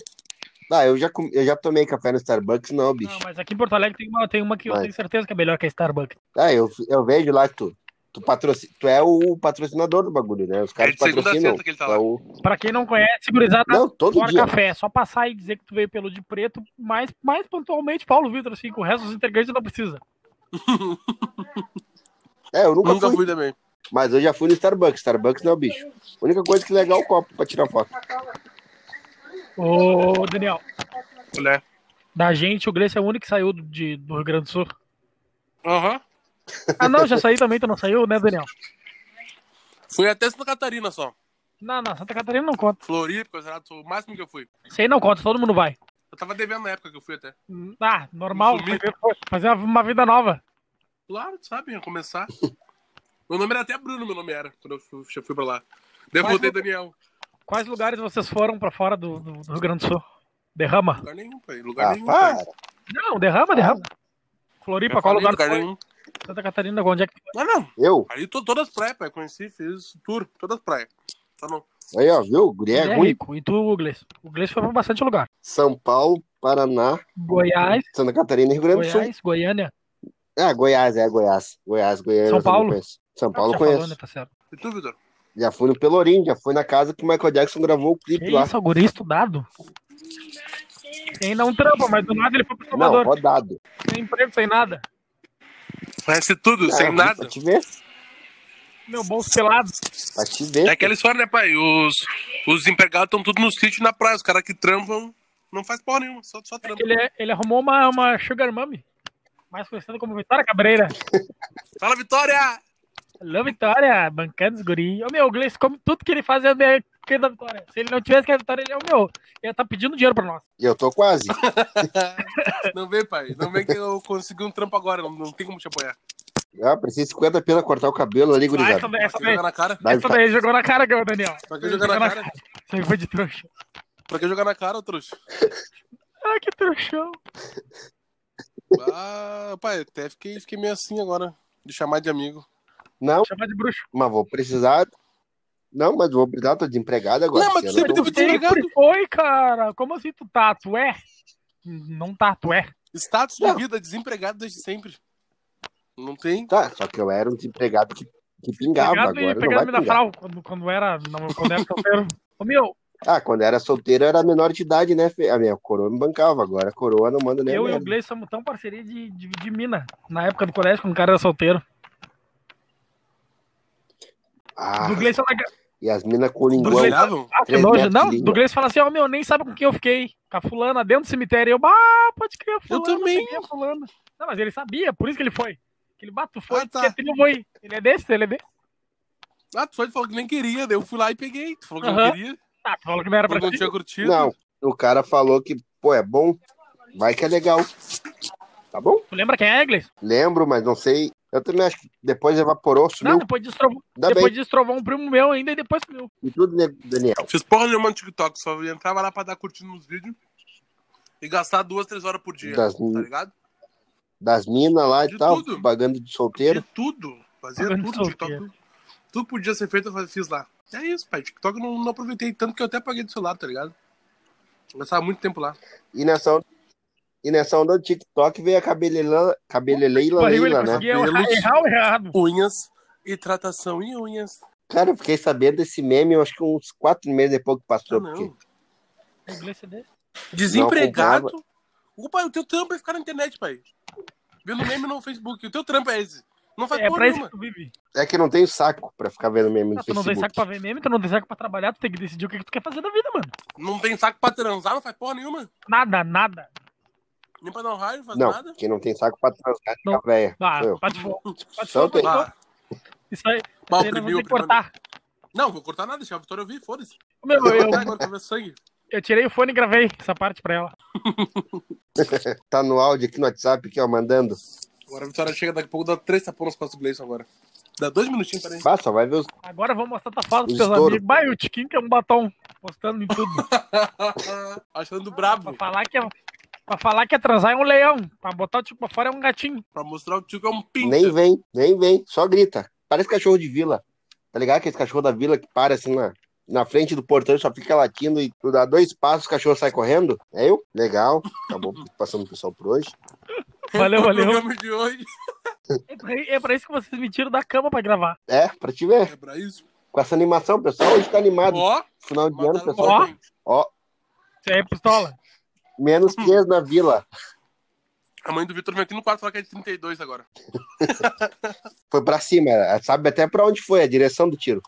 Speaker 3: Ah, eu já, com- eu já tomei café no Starbucks, não, bicho.
Speaker 2: Não, mas aqui em Porto Alegre tem uma, tem uma que eu
Speaker 3: Vai.
Speaker 2: tenho certeza que é melhor que a Starbucks.
Speaker 3: Ah, eu, eu vejo lá que tu, tu patrocina. Tu é o patrocinador do bagulho, né? Os caras
Speaker 1: É de segunda a
Speaker 3: patrocinam.
Speaker 1: sexta que ele tá
Speaker 3: Tu
Speaker 1: lá.
Speaker 3: é o-
Speaker 2: Pra quem não conhece, gurizada,
Speaker 3: Não, todo
Speaker 2: fora
Speaker 3: dia.
Speaker 2: café. É só passar e dizer que tu veio pelo de preto, mais, mais pontualmente Paulo Vitor, assim, com o resto dos integrantes não precisa.
Speaker 3: É, eu nunca,
Speaker 1: Nunca
Speaker 3: fui,
Speaker 1: fui também.
Speaker 3: mas eu já fui no Starbucks. Starbucks não é o bicho. A única coisa que é legal é o copo pra tirar foto.
Speaker 2: Ô, Daniel,
Speaker 1: Olha.
Speaker 2: da gente, o Gleice é o único que saiu do, de- do Rio Grande do Sul.
Speaker 1: Aham.
Speaker 2: Ah, não, já saiu também, tu não saiu, né, Daniel?
Speaker 1: Fui até Santa Catarina só.
Speaker 2: Não, não, Santa Catarina não conta.
Speaker 1: Floripa, coisa lá, foi o máximo que eu fui.
Speaker 2: Isso aí não conta, todo mundo vai.
Speaker 1: Eu tava devendo na época que eu fui até.
Speaker 2: Ah, normal,
Speaker 1: Sumir.
Speaker 2: fazer uma- uma vida nova.
Speaker 1: Claro, tu sabe, ia começar. meu nome era até Bruno, meu nome era, quando eu fui, já fui pra lá. Daí eu
Speaker 2: Mas
Speaker 1: voltei
Speaker 2: não-
Speaker 1: Daniel.
Speaker 2: Quais lugares vocês foram pra fora do, do- do Rio Grande do Sul? Derrama?
Speaker 1: Lugar nenhum, pai. Lugar
Speaker 3: Ah,
Speaker 1: nenhum, pai.
Speaker 3: para.
Speaker 2: Não, derrama, derrama. Floripa,
Speaker 1: Eu
Speaker 2: qual
Speaker 1: falei,
Speaker 2: lugar?
Speaker 1: lugar
Speaker 2: foi?
Speaker 1: nenhum.
Speaker 2: Santa Catarina, onde é que
Speaker 1: Não, não.
Speaker 3: Eu?
Speaker 1: Ali to, todas as praias, pai. Conheci, fiz tour, todas as praias. Só não.
Speaker 3: Aí, ó, viu? O Guri
Speaker 2: tu
Speaker 3: é
Speaker 2: é
Speaker 3: ruim.
Speaker 2: rico? E tu, Gleice? O Gleice foi pra bastante lugar.
Speaker 3: São Paulo, Paraná,
Speaker 2: Goiás,
Speaker 3: Santa Catarina e Rio Grande do Sul.
Speaker 2: Goiás, Goiânia.
Speaker 3: Ah, Goiás, é Goiás. Goiás, Goiânia.
Speaker 2: São
Speaker 3: eu também
Speaker 2: Paulo?
Speaker 3: conheço. São
Speaker 2: Ah,
Speaker 3: Paulo
Speaker 2: já
Speaker 3: eu conheço.
Speaker 2: falou, né, tá certo.
Speaker 1: E tu, Vitor?
Speaker 3: Já fui no Pelourinho, já fui na casa que o Michael Jackson gravou o clipe
Speaker 2: Que
Speaker 3: lá.
Speaker 2: isso, o guri é estudado? Quem não trampa, mas do nada ele foi pro
Speaker 3: Não,
Speaker 2: Salvador.
Speaker 3: rodado.
Speaker 2: Sem emprego, sem nada.
Speaker 1: Conhece tudo, sem
Speaker 3: Ah,
Speaker 1: nada.
Speaker 3: Pra te ver,
Speaker 2: Meu bolso pelado.
Speaker 3: pra te
Speaker 1: É
Speaker 3: ver.
Speaker 1: aquela história, né, pai? Os, os empregados estão tudo no sítio e na praia. Os caras que trampam não faz porra nenhuma, só, só trampam.
Speaker 2: Ele, é, ele arrumou uma, uma sugar mommy. Mais conhecida como Vitória Cabreira.
Speaker 1: Fala, Vitória!
Speaker 2: Alô, Vitória, bancando os guri. Ô, meu, o Gleice come tudo que ele faz é da que é da Vitória. Se ele não tivesse que a Vitória, ele é o meu. Ele tá pedindo dinheiro pra nós.
Speaker 3: E eu tô quase.
Speaker 1: Não vem, pai. Não vem que eu consegui um trampo agora. Não, não tem como te apoiar.
Speaker 3: Ah, preciso de 50 pila cortar o cabelo ali,
Speaker 2: Ah,
Speaker 3: gurizada.
Speaker 2: essa, daí- essa,
Speaker 1: Pra que
Speaker 2: daí,
Speaker 1: jogar na cara?
Speaker 3: Dá-lhe
Speaker 2: essa daí jogou na cara, ganhou, Daniel.
Speaker 1: Pra que jogar na cara?
Speaker 2: Isso aí foi de trouxa.
Speaker 1: Pra que jogar na cara, ô trouxa?
Speaker 2: Ah, que trouxão.
Speaker 1: Ah, pai, até fiquei, fiquei meio assim agora. De chamar de amigo.
Speaker 3: Não,
Speaker 2: Chamar de bruxo.
Speaker 3: mas vou precisar. Não, mas vou precisar, tô desempregado agora.
Speaker 1: Não, mas
Speaker 3: Esse
Speaker 1: tu
Speaker 3: ano eu
Speaker 1: sempre
Speaker 3: tô-
Speaker 1: teve-
Speaker 2: Sempre foi, cara. Como assim tu tá? Tu é? Não tá, tu é.
Speaker 1: Status de
Speaker 3: Não.
Speaker 1: vida, desempregado desde sempre. Não tem?
Speaker 3: Tá, só que eu era um desempregado que, que pingava
Speaker 2: Pegado
Speaker 3: agora.
Speaker 2: e
Speaker 3: Não vai
Speaker 2: pegado me da
Speaker 3: pingar.
Speaker 2: frau quando, quando era. Não, quando era solteiro. Ô, meu,
Speaker 3: Ah, quando era solteiro eu era menor de idade, né? fe- A minha coroa me bancava, agora a coroa não manda nem. a
Speaker 2: eu e o
Speaker 3: merda.
Speaker 2: Gleice somos tão parceria de, de, de mina. Na época do colégio, quando o cara era solteiro.
Speaker 3: Ah,
Speaker 2: Do Gleison na,
Speaker 3: E as minas coringuam.
Speaker 1: Brasileiravam?
Speaker 2: Ah, que
Speaker 3: Três
Speaker 2: nojo.
Speaker 3: metros
Speaker 2: Não,
Speaker 3: de
Speaker 2: o
Speaker 3: Tá língua.
Speaker 2: Douglas fala assim, ó, meu, nem sabe com quem eu fiquei. Com a fulana dentro do cemitério. Eu, ah, pode crer, fulana.
Speaker 1: também.
Speaker 2: peguei a fulana. Não, mas ele sabia, por isso que ele foi. Que ele bato foi,
Speaker 1: Ah, tá.
Speaker 2: que é trilho foi. Ele é desse, ele é desse.
Speaker 1: Ah, tu foi, tu falou que nem queria, daí eu fui lá e peguei. Tu falou que não
Speaker 2: Aham.
Speaker 1: queria,
Speaker 2: Ah, tu falou que não era pra
Speaker 1: porque não
Speaker 2: ti.
Speaker 1: tinha curtido.
Speaker 3: Não, o cara falou que, pô, é bom, vai que é legal. Tá bom?
Speaker 2: Tu lembra quem é, Iglesias?
Speaker 3: Lembro, mas não sei. Eu também acho que depois evaporou,
Speaker 2: Não,
Speaker 3: sumiu.
Speaker 2: depois disso trovou,
Speaker 3: Ainda
Speaker 2: depois disso trovou um primo meu ainda e depois sumiu.
Speaker 3: bem. E tudo, né, Daniel?
Speaker 1: Fiz porra nenhuma no TikTok, só entrava lá pra dar curtindo nos vídeos e gastar duas, três horas por dia,
Speaker 3: Das,
Speaker 1: tá ligado?
Speaker 3: das minas lá
Speaker 1: De
Speaker 3: e tal,
Speaker 1: tudo.
Speaker 3: pagando de
Speaker 1: De
Speaker 3: solteiro.
Speaker 1: tudo, fazia
Speaker 2: Pagando
Speaker 1: tudo, TikTok.
Speaker 2: solteiro.
Speaker 1: Tudo podia ser feito, eu fiz lá. É isso, pai. TikTok eu não, não aproveitei tanto que eu até apaguei do celular, tá ligado? Gastava muito tempo lá.
Speaker 3: E nessa, onda- e nessa onda do TikTok veio a cabeleleila, cabeleleila
Speaker 2: Barril, ele
Speaker 3: leila, né?
Speaker 2: conseguia errar,
Speaker 1: Pelos-
Speaker 2: errar ou errado.
Speaker 1: Unhas e tratação em unhas.
Speaker 3: Cara, eu fiquei sabendo desse meme, eu acho que uns quatro meses depois que
Speaker 1: Ah,
Speaker 3: passou. porque
Speaker 1: não.
Speaker 2: O Iglesias é desse.
Speaker 1: Desempregado. O pai, o teu trampo é ficar na internet, pai. Vendo meme no Facebook. O teu trampo é esse. Não faz
Speaker 2: É
Speaker 1: porra
Speaker 2: pra isso
Speaker 1: nenhuma.
Speaker 2: que tu vive.
Speaker 3: é que não tenho saco pra ficar vendo meme no
Speaker 2: Ah, tu não
Speaker 3: Facebook.
Speaker 2: tem saco pra ver meme, tu não tem saco pra trabalhar, tu tem que decidir o que, que tu quer fazer da vida, mano.
Speaker 1: Não tem saco pra transar, não faz porra nenhuma.
Speaker 2: Nada, nada.
Speaker 1: Nem pra dar um raio, não faz
Speaker 3: Não,
Speaker 1: nada.
Speaker 3: quem não tem saco pra transar
Speaker 2: Não.
Speaker 3: fica véia.
Speaker 2: Ah,
Speaker 3: Sou eu.
Speaker 2: bate fora. Bate
Speaker 3: Só
Speaker 2: fora,
Speaker 3: tem.
Speaker 2: bate fora.
Speaker 1: Ah,
Speaker 2: Isso
Speaker 1: pau
Speaker 2: aí, isso aí nós
Speaker 1: oprimiu,
Speaker 2: vamos ter que
Speaker 1: oprimiu.
Speaker 2: cortar.
Speaker 1: Não, vou cortar nada, deixa a Vitória ouvir, foda-se.
Speaker 2: Meu,
Speaker 1: Vou
Speaker 2: eu,
Speaker 1: cortar agora, quero ver sangue.
Speaker 2: eu tirei o fone e gravei essa parte pra ela.
Speaker 3: Tá no áudio aqui no WhatsApp, aqui, ó, mandando.
Speaker 1: Agora a Vitória chega daqui a pouco, dá três tapões nas costas do Gleison agora. Dá dois minutinhos, peraí.
Speaker 3: Passa, vai ver os.
Speaker 2: Agora eu vou mostrar tua foto pros
Speaker 3: Os
Speaker 2: teus
Speaker 3: estouro.
Speaker 2: amigos. Bah, e o Tiquinho que é um batom. Postando em tudo.
Speaker 1: Achando
Speaker 2: pra,
Speaker 1: brabo.
Speaker 2: falar que é, pra falar que é transar é um leão. Pra botar o tipo pra fora é um gatinho.
Speaker 1: Pra mostrar o tio que é um pinto.
Speaker 3: Nem vem, nem vem, só grita. Parece cachorro de vila. Tá ligado? Aqueles cachorro da vila que para assim na, na frente do portão e só fica latindo e tu dá dois passos, o cachorro sai correndo. É eu? Legal. Acabou passando o pessoal por hoje.
Speaker 2: Valeu,
Speaker 1: O
Speaker 2: valeu.
Speaker 1: programa de hoje
Speaker 2: É pra, é pra isso que vocês me tiram da cama pra gravar.
Speaker 3: É, pra te ver.
Speaker 1: é pra isso.
Speaker 3: Com essa animação, o pessoal hoje tá animado.
Speaker 1: Ó, tá
Speaker 3: Final de ano, o
Speaker 1: mataram
Speaker 3: pessoal.
Speaker 1: o
Speaker 2: Ó.
Speaker 1: Gleison.
Speaker 2: Isso aí é pistola.
Speaker 3: Menos dias na vila.
Speaker 1: A mãe do Vitor vem aqui no quarto falar que é de 32 agora.
Speaker 3: Foi pra cima, ela sabe até pra onde foi, a direção do tiro.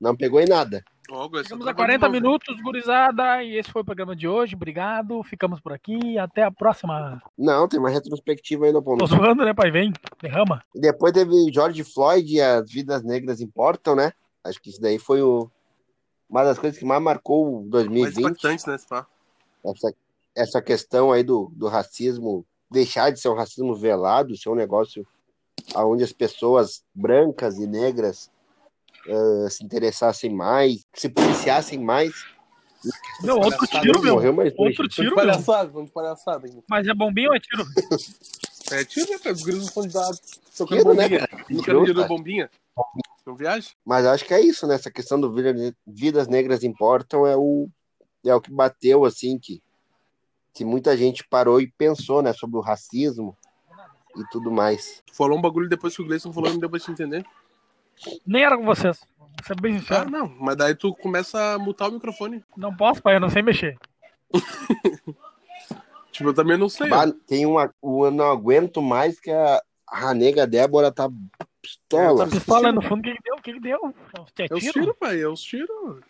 Speaker 3: Não pegou em nada.
Speaker 1: Ó, o Gleison
Speaker 2: Chegamos
Speaker 1: tá
Speaker 2: a 40
Speaker 1: bom, né?
Speaker 2: minutos, gurizada. E esse foi o programa de hoje. Obrigado. Ficamos por aqui. Até a próxima.
Speaker 3: Não, tem uma retrospectiva ainda, pô.
Speaker 2: Tô zoando, né, pai? Vem. Derrama.
Speaker 3: Depois teve George Floyd e as vidas negras importam, né? Acho que isso daí foi o- uma das coisas que mais marcou o
Speaker 1: Mais
Speaker 3: 2020.
Speaker 1: impactante, né, Spa?
Speaker 3: Essa, essa questão aí do, do racismo, deixar de ser um racismo velado, ser um negócio onde as pessoas brancas e negras eh, se interessassem mais, se policiassem mais.
Speaker 2: Meu, outro
Speaker 1: Palhaçada,
Speaker 2: tiro, meu.
Speaker 3: Morreu mais dois.
Speaker 2: Outro
Speaker 1: Vamos
Speaker 2: tiro,
Speaker 1: de
Speaker 2: meu.
Speaker 1: palhaçada, vamos de palhaçada. hein?
Speaker 2: Mas é bombinho ou é tiro?
Speaker 1: É, tira, né, cara? Os grilos estão de dado. Tocando
Speaker 3: Tiro, né,
Speaker 1: bombinha.
Speaker 3: cara?
Speaker 1: Não
Speaker 3: Tiro,
Speaker 1: quero dinheiro
Speaker 3: cara.
Speaker 1: bombinha. Não viaja?
Speaker 3: Mas acho que é isso, né? Essa questão do vida- vidas negras importam é o, é o que bateu, assim, que, que muita gente parou e pensou, né? Sobre o racismo e tudo mais.
Speaker 1: Falou um bagulho depois que o Gleison falou e não deu pra te entender.
Speaker 2: Nem era com vocês. Vou ser bem
Speaker 1: Ah,
Speaker 2: sincero.
Speaker 1: não. Mas daí tu começa a mutar o microfone.
Speaker 2: Não posso, pai. Eu não sei mexer.
Speaker 1: Tipo, eu também não sei. ó.
Speaker 3: Bah, tem uma, o Eu Não Aguento Mais, que a, a nega Débora tá
Speaker 1: Ela
Speaker 3: pistola.
Speaker 1: tá-
Speaker 2: Pistola aí no fundo. O que, que deu? O que, que deu? É
Speaker 1: É os
Speaker 2: tiro?
Speaker 1: tiros, pai. É os tiros.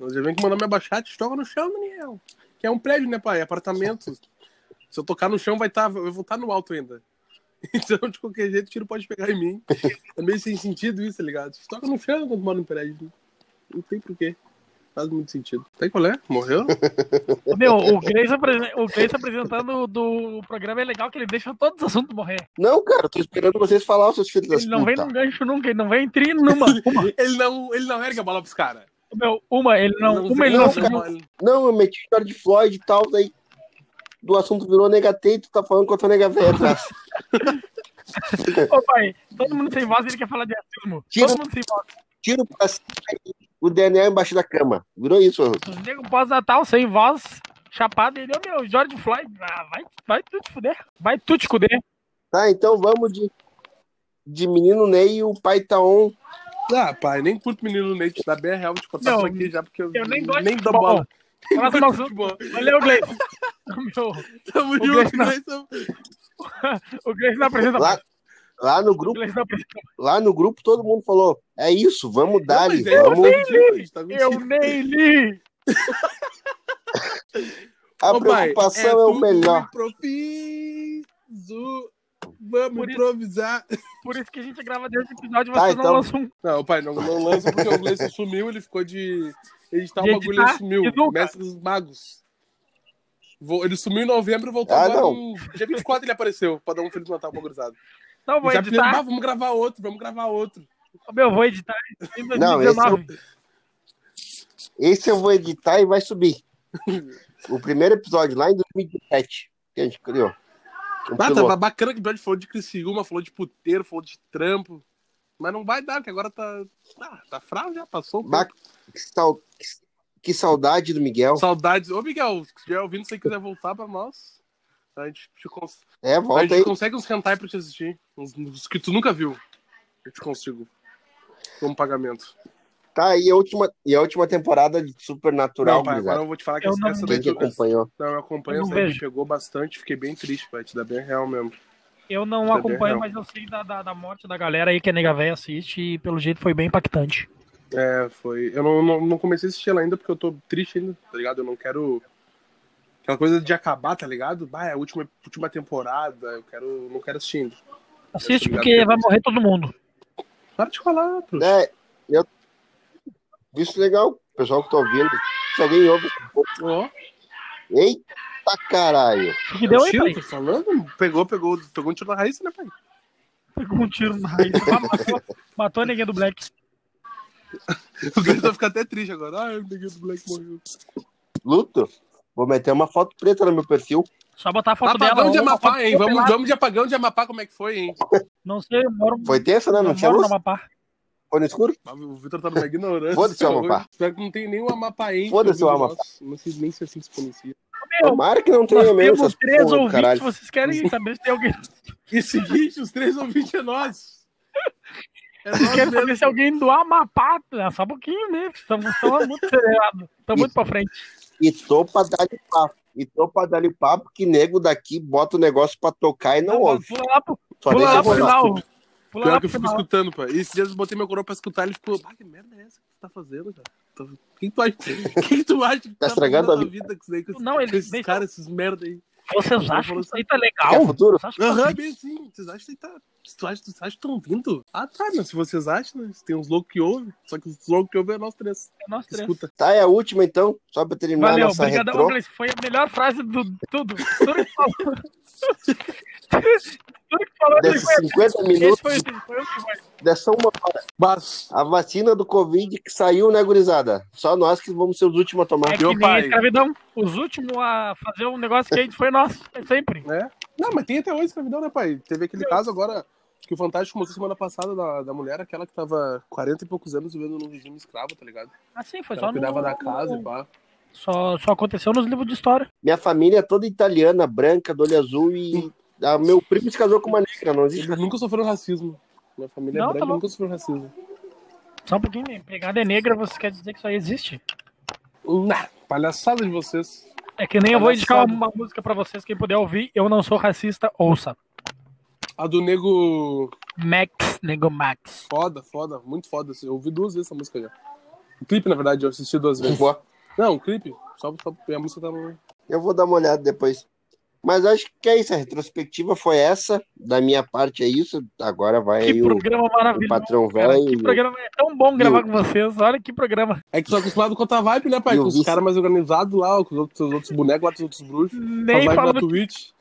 Speaker 1: Eu Já vem que mandar me abaixar, te toca no chão, Daniel. Que é um prédio, né, pai? É Apartamento. Se eu tocar no chão, vai estar. eu vou estar no alto ainda. Então, de qualquer jeito, o tiro pode pegar em mim. É meio sem sentido isso, tá ligado? Se toca no chão quando mora no prédio. né? Não tem porquê. Faz muito sentido. Tem qual é? Morreu?
Speaker 2: Meu, o Gleison apresen- o Gleison apresentando do programa é legal que ele deixa todos os assuntos morrer.
Speaker 3: Não, cara, eu tô esperando vocês falar, os seus filhos das
Speaker 2: Ele não vem
Speaker 3: putas.
Speaker 2: num gancho nunca. Ele não vem em tri numa. Uma.
Speaker 1: Ele não, ele não ergue a bola pros caras.
Speaker 2: Meu, uma. Ele não. Uma ele
Speaker 3: não,
Speaker 2: não
Speaker 3: cara.
Speaker 2: assumiu.
Speaker 3: Não, eu meti George Floyd e tal, daí do assunto virou nega T, e tu tá falando com a tua nega velha atrás.
Speaker 2: Ô, pai. Todo mundo sem voz ele quer falar de racismo.
Speaker 3: Tira-
Speaker 2: Todo mundo sem voz.
Speaker 3: Tiro pra cima e o DNA embaixo da cama. Virou isso, ô.
Speaker 2: Os negros pós-natal sem voz. Chapado. Ele, ô, meu, George Floyd. Ah, vai, vai tu te fuder. Vai tu te fuder.
Speaker 3: Tá, então vamos de, de menino Ney e o pai tá on.
Speaker 1: Ah, pai, nem curto menino Leite da BR real de cortar
Speaker 2: Não,
Speaker 1: isso aqui já, porque eu,
Speaker 2: eu nem gosto de
Speaker 1: dou
Speaker 2: futebol.
Speaker 1: bola.
Speaker 2: Próximo
Speaker 1: Muito
Speaker 2: assunto.
Speaker 1: bom.
Speaker 2: Valeu, Gleison. Meu,
Speaker 1: Tamo junto, Gleison.
Speaker 2: o Gleison não apresenta.
Speaker 3: Lá, lá no grupo,
Speaker 2: O Gleison não apresenta.
Speaker 3: lá no grupo todo mundo falou: É isso, vamos dar.
Speaker 1: mas é,
Speaker 3: Vamos
Speaker 1: eu sei, a gente tá mentindo.
Speaker 2: Eu nem li!
Speaker 3: A
Speaker 1: Ô, pai,
Speaker 3: preocupação é, o
Speaker 1: tudo
Speaker 3: melhor.
Speaker 1: Improviso. Vamos
Speaker 2: Por isso-
Speaker 1: improvisar.
Speaker 2: Por isso que a gente grava desde o episódio e
Speaker 3: Tá,
Speaker 2: vocês não
Speaker 3: então.
Speaker 2: lançam um.
Speaker 1: Não, pai, não, não lança porque o Gleison sumiu, ele ficou de editar
Speaker 2: De
Speaker 1: o bagulho ele
Speaker 2: editar,
Speaker 1: sumiu.
Speaker 2: e nunca.
Speaker 1: Mestre dos Magos. Vo- Ele sumiu em novembro e voltou
Speaker 3: Ah,
Speaker 1: agora
Speaker 3: não.
Speaker 1: no dia 24 ele apareceu pra dar um Feliz Natal pra gurizada.
Speaker 2: Não, vou
Speaker 1: Já pediu, ah,
Speaker 2: editar.
Speaker 1: vamos gravar outro, vamos gravar outro.
Speaker 2: Meu, vou editar em
Speaker 3: Não,
Speaker 2: 2019.
Speaker 3: Esse eu vou editar e vai subir. o primeiro episódio lá em 2017 que a gente criou. Um
Speaker 1: Ah,
Speaker 3: piloto.
Speaker 1: tava bacana que o Brad falou de Criciúma, falou de puteiro, falou de trampo. Mas não vai dar, porque agora tá. Ah, tá fraco, já passou.
Speaker 3: Ba- que, sal- que saudade do Miguel.
Speaker 1: Saudades. Ô, Miguel, se estiver ouvindo, se você quiser voltar pra nós, a gente, te cons-
Speaker 3: É,
Speaker 1: a
Speaker 3: volta
Speaker 1: gente
Speaker 3: aí.
Speaker 1: consegue uns hentai pra te assistir. Uns, uns que tu nunca viu. Eu te consigo. Como pagamento.
Speaker 3: Tá aí a última, e a última temporada de Supernatural,
Speaker 1: não, pai,
Speaker 3: gurizada.
Speaker 1: agora eu vou te falar que
Speaker 2: Eu
Speaker 1: essa,
Speaker 2: não-
Speaker 1: essa daí
Speaker 3: Quem que
Speaker 1: tu-
Speaker 3: acompanhou?
Speaker 1: Não, eu acompanho,
Speaker 2: Eu
Speaker 1: essa
Speaker 2: não
Speaker 1: daí me
Speaker 2: vejo.
Speaker 1: pegou bastante, fiquei bem triste, vai te dar bem real mesmo.
Speaker 2: Eu não
Speaker 1: Isso é bem
Speaker 2: acompanho, mas eu sei da, da, da morte da galera aí que a Nega Véia assiste e pelo jeito foi bem impactante.
Speaker 1: É, foi. Eu não, não, não comecei a assistir ela ainda porque eu tô triste ainda, tá ligado? Eu não quero. Aquela coisa de acabar, tá ligado? Bah, é a última, última temporada, eu quero. Não quero assistir ainda.
Speaker 2: Assiste
Speaker 1: Obrigado,
Speaker 2: porque vai
Speaker 1: Pedro.
Speaker 2: morrer todo mundo.
Speaker 1: Para de falar, trouxa.
Speaker 3: É, eu... Isso legal, pessoal que tá ouvindo. Se alguém ouve.
Speaker 1: Ó,
Speaker 3: Eita caralho!
Speaker 2: O que
Speaker 1: é
Speaker 2: deu
Speaker 1: o
Speaker 2: aí,
Speaker 1: tiro,
Speaker 2: pai?
Speaker 1: tô falando? Pegou, pegou, pegou um tiro na raiz, né, pai?
Speaker 2: Pegou um tiro na raiz. Ah, matou, matou a neguinha do Black.
Speaker 1: O Grito vai ficar até triste agora. Ai, o neguinho do Black morreu.
Speaker 3: Luto, vou meter uma foto preta no meu perfil.
Speaker 2: Só botar a foto dela.
Speaker 1: Apagão Tá de
Speaker 2: ou uma
Speaker 1: Amapá,
Speaker 2: foto
Speaker 1: é hein? Vamos,
Speaker 2: pelada.
Speaker 1: vamos de apagão de Amapá, como é que foi, hein?
Speaker 2: Não sei, eu moro,
Speaker 3: Foi tenso, né?
Speaker 2: eu
Speaker 3: Não tinha
Speaker 2: moro
Speaker 3: luz?
Speaker 2: no Amapá.
Speaker 3: Foi no escuro?
Speaker 1: O Vitor tá numa ignorância.
Speaker 3: Foda-se o Amapá.
Speaker 1: Espero que não tem nenhum amapaense.
Speaker 3: Foda-se o
Speaker 1: ouvindo
Speaker 3: Amapá.
Speaker 1: nosso. Não sei nem se é assim que se pronuncia.
Speaker 2: Meu,
Speaker 3: Tomara que não tenha
Speaker 2: Nós
Speaker 3: mesmo
Speaker 2: temos
Speaker 3: essas
Speaker 2: três
Speaker 3: porra do
Speaker 2: ouvintes,
Speaker 3: caralho.
Speaker 2: vocês querem saber se tem alguém.
Speaker 1: E seguinte, os três ouvintes é nós. É nós
Speaker 2: Vocês querem
Speaker 1: mesmo.
Speaker 2: saber se alguém do Amapá. Ah, Só um pouquinho, né? Estamos estamos muito acelerados. Estamos muito pra frente.
Speaker 3: E tô pra dar-lhe papo. E tô pra dar-lhe papo que nego daqui bota o negócio pra tocar e não ouve.
Speaker 2: pula lá pro,
Speaker 3: Só
Speaker 2: pula lá
Speaker 3: deixa
Speaker 2: pro
Speaker 3: rolar.
Speaker 2: final. Pula
Speaker 1: Pior
Speaker 2: lá
Speaker 1: que
Speaker 2: pro
Speaker 1: eu fico
Speaker 2: final.
Speaker 1: escutando, pai. E esses dias eu botei meu coroa pra escutar, ele ficou, ah, que merda é essa que tu tá fazendo, cara? Tô- Quem tu acha, quem tu acha que
Speaker 3: Tá estragando
Speaker 1: fazendo
Speaker 3: a
Speaker 1: na tua vida com isso daí, com esses-
Speaker 2: Não, ele-
Speaker 1: com esses
Speaker 2: deixa-
Speaker 1: caras, esses merda aí?
Speaker 2: Vocês
Speaker 1: Eu
Speaker 2: acham
Speaker 1: falo
Speaker 2: que isso aí
Speaker 1: assim,
Speaker 2: tá
Speaker 3: Quer
Speaker 2: legal?
Speaker 3: futuro?
Speaker 2: Vocês acham que
Speaker 1: Aham,
Speaker 2: tá-
Speaker 1: bem sim. Vocês acham que tá. Vocês acham, vocês acham que estão vindo? Ah, tá, mas se vocês acham, né? Tem uns loucos que ouvem. Só que os loucos que ouvem é nós três.
Speaker 2: é nós
Speaker 1: Que
Speaker 2: três.
Speaker 1: escuta.
Speaker 3: Tá, é a última então, só pra terminar
Speaker 2: Valeu,
Speaker 3: nossa
Speaker 2: obrigado,
Speaker 3: retrô.
Speaker 2: Douglas. Foi a melhor frase do tudo. Tudo que falou. tudo que falou ele
Speaker 3: Desses
Speaker 2: foi.
Speaker 3: 50
Speaker 2: Esse
Speaker 3: minutos,
Speaker 2: foi o que foi. o que foi.
Speaker 3: dessa uma hora.
Speaker 1: Mas.
Speaker 3: A vacina do Covid que saiu, né, gurizada? Só nós que vamos ser os últimos a
Speaker 2: É
Speaker 3: tomar.
Speaker 2: que
Speaker 1: Meu
Speaker 2: nem a
Speaker 1: pai.
Speaker 2: escravidão. Os últimos a fazer um negócio que a gente foi nós. É sempre.
Speaker 1: né? Não, mas tem até hoje escravidão, né, pai? Teve aquele caso agora que o Fantástico mostrou semana passada da, da mulher, aquela que tava 40 e poucos anos vivendo num regime escravo, tá ligado?
Speaker 2: Assim, foi
Speaker 1: Ela
Speaker 2: só no,
Speaker 1: cuidava da casa e pá.
Speaker 2: Só, só aconteceu nos livros de história.
Speaker 3: Minha família é toda italiana, branca, do olho azul e. Ah, meu primo se casou com uma negra, não existe.
Speaker 1: Eles nunca sofreram racismo. Minha família
Speaker 2: Não,
Speaker 1: é branca
Speaker 2: tá
Speaker 1: nunca sofreu racismo.
Speaker 2: Só um pouquinho. Pegada é negra, você quer dizer que isso aí existe?
Speaker 1: Nah, palhaçada de vocês.
Speaker 2: É que nem eu vou
Speaker 1: Olha
Speaker 2: indicar
Speaker 1: só.
Speaker 2: uma música pra vocês, quem puder ouvir. Eu não sou racista, ouça.
Speaker 1: A do nego.
Speaker 2: Max, nego Max.
Speaker 1: Foda, foda, muito foda. Eu ouvi duas vezes essa música já. O clipe, na verdade, eu assisti duas vezes. Não, o clipe. Só, só a música tá no.
Speaker 3: Eu vou dar uma olhada depois. Mas acho que é isso. A retrospectiva foi essa. Da minha parte é isso. Agora vai aí
Speaker 2: Que
Speaker 3: o,
Speaker 2: programa
Speaker 3: o
Speaker 2: maravilhoso.
Speaker 3: patrão
Speaker 2: Cara,
Speaker 3: velho.
Speaker 2: que programa é tão bom gravar com vocês. Olha que programa.
Speaker 1: É que tu tá acostumado com outra vibe, né, pai?
Speaker 3: Eu
Speaker 1: Com os
Speaker 3: vi-
Speaker 1: caras mais organizados lá, com os outros, os outros bonecos lá, com os outros bruxos.
Speaker 2: Nem
Speaker 1: Só vai
Speaker 2: falo
Speaker 1: na
Speaker 2: do
Speaker 1: Twitch.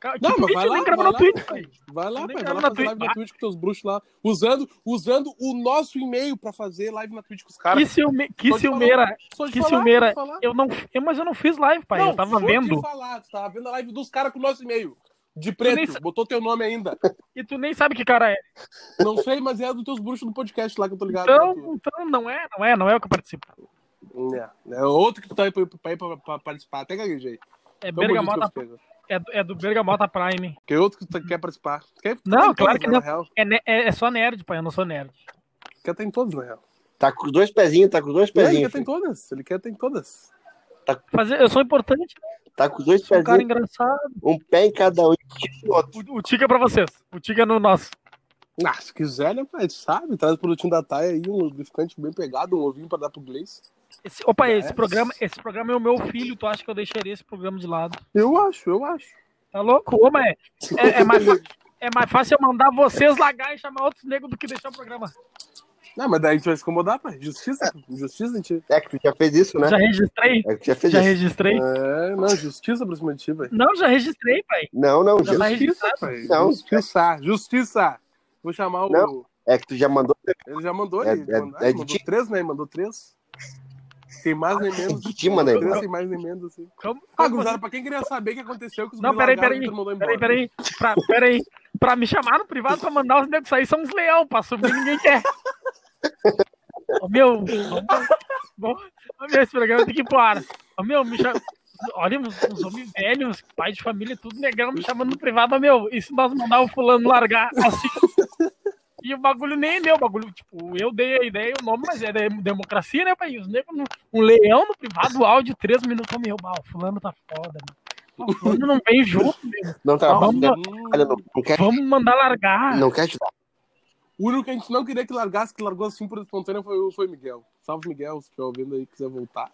Speaker 2: Cara, que
Speaker 1: Não, mas
Speaker 2: Twitch,
Speaker 1: vai
Speaker 2: eu
Speaker 1: lá,
Speaker 2: nem gravo
Speaker 1: vai
Speaker 2: na
Speaker 1: lá.
Speaker 2: Twitch, cara.
Speaker 1: Vai lá,
Speaker 2: Eu nem
Speaker 1: pai, vai
Speaker 2: gravo
Speaker 1: lá
Speaker 2: na
Speaker 1: fazer
Speaker 2: Twitch.
Speaker 1: live na Twitch com teus bruxos lá. Usando, usando o nosso e-mail pra fazer live na Twitch com os caras.
Speaker 2: Que, ciume... que
Speaker 1: Só de
Speaker 2: ciumeira.
Speaker 1: falar, só de
Speaker 2: que
Speaker 1: falar,
Speaker 2: ciumeira.
Speaker 1: só de falar.
Speaker 2: Eu não... eu- mas eu não fiz live, pai.
Speaker 1: Não,
Speaker 2: eu tava
Speaker 1: vou te
Speaker 2: vendo.
Speaker 1: falar, tu tava vendo a live dos caras com o nosso e-mail. De
Speaker 2: nem
Speaker 1: preto,
Speaker 2: sa-
Speaker 1: botou teu nome ainda.
Speaker 2: E tu nem sabe que cara é.
Speaker 1: Não sei, mas é a dos teus bruxos do podcast lá que eu tô ligado.
Speaker 2: Então, então não é, não é, não é o que eu participo.
Speaker 1: É, é outro que tu tá aí pra, pra, pra, pra participar. Até gaguejei.
Speaker 2: É
Speaker 1: Tão bonito que eu
Speaker 2: Bergamota,
Speaker 1: fiquei agora.
Speaker 2: é, do- é do Bergamota Prime.
Speaker 1: Tem é outro que tu quer participar. Tu Quer,
Speaker 2: Não,
Speaker 1: tá em
Speaker 2: claro que
Speaker 1: né,
Speaker 2: não.
Speaker 1: Na real.
Speaker 2: É, ne- é, é só nerd, pai, eu não sou nerd.
Speaker 1: Quer ter em todos, na real.
Speaker 3: Tá com os dois pezinhos, tá com os dois
Speaker 1: É, ele quer
Speaker 3: pezinhos.
Speaker 1: ter em todas. Ele quer ter em todas.
Speaker 2: Fazer, eu sou importante, né?
Speaker 3: Tá com os dois
Speaker 2: sou um cara
Speaker 3: pezinhos,
Speaker 2: engraçado.
Speaker 3: um pé em cada um. e tira o outro.
Speaker 2: O, o Tica é pra vocês, o Tica é no nosso.
Speaker 1: Ah, se quiser, né, pai? Sabe? Traz pro time da Thay aí um lubrificante bem pegado, um ovinho pra dar pro Gleice.
Speaker 2: Esse- opa,
Speaker 1: É.
Speaker 2: esse, programa, esse programa é o meu filho, tu acha que eu deixaria esse programa de lado?
Speaker 1: Eu acho, eu acho.
Speaker 2: Tá louco? Ô, mas é, é, mais, fa- é mais fácil eu mandar vocês lagar e chamar outros negros do que deixar o programa.
Speaker 1: Não, mas daí a gente vai se incomodar, pai. Justiça, justiça, gente.
Speaker 3: É que tu já fez isso, né?
Speaker 2: Já registrei?
Speaker 3: É que tu já fez
Speaker 2: Já
Speaker 3: isso.
Speaker 2: registrei?
Speaker 1: É, não, justiça pra cima de ti, pai.
Speaker 2: Não, já registrei, pai.
Speaker 3: Não, não,
Speaker 2: Já tá
Speaker 3: Gil.
Speaker 1: Justiça,
Speaker 2: registrado.
Speaker 1: pai.
Speaker 3: Não.
Speaker 1: Justiça, justiça. Vou chamar o.
Speaker 3: Não. É que tu já mandou.
Speaker 1: Ele já mandou,
Speaker 3: É-
Speaker 1: ele
Speaker 3: é-
Speaker 1: mandou,
Speaker 3: é
Speaker 1: ele
Speaker 3: de
Speaker 1: mandou
Speaker 3: ti.
Speaker 1: três, né? Ele Mandou três. Sem mais nem menos.
Speaker 3: De ti, mano, aí,
Speaker 1: Três
Speaker 3: bro.
Speaker 1: sem mais nem menos, assim.
Speaker 2: Como-
Speaker 1: Ah,
Speaker 2: como
Speaker 1: Guzara, pra quem queria saber o que aconteceu, que os
Speaker 2: Não,
Speaker 1: guris
Speaker 2: peraí,
Speaker 1: largaram
Speaker 2: peraí.
Speaker 1: e todo mundo
Speaker 2: Peraí,
Speaker 1: embora.
Speaker 2: peraí. Pra, peraí. Pra me chamar no privado pra mandar os negros sair, são uns leão, pra subir ninguém quer. Ô, meu, bom, meu, esse programa tem que ir pro ar. Ô, meu, me chama. Olha, uns, uns homens velhos, uns pais de família, tudo negão me chamando no privado, Ô, meu. E se nós mandar o fulano largar assim? E o bagulho nem é meu, o bagulho, tipo, eu dei a ideia, e o nome, mas é de- democracia, né, pai? Os negros, no- um leão no privado, áudio, três minutos, ô, meu, bah, o fulano tá foda, mano. O fulano não vem junto,
Speaker 3: Não tá trabalha,
Speaker 2: Vamos-
Speaker 3: não, trabalha, não,
Speaker 1: Hum,
Speaker 3: não quer,
Speaker 2: Vamos mandar
Speaker 1: Ah.
Speaker 2: largar.
Speaker 3: não quer ajudar.
Speaker 1: O único que a gente não queria que largasse, que largou assim por espontânea foi o foi o Miguel. Salve, Miguel, se estiver ouvindo aí, quiser voltar.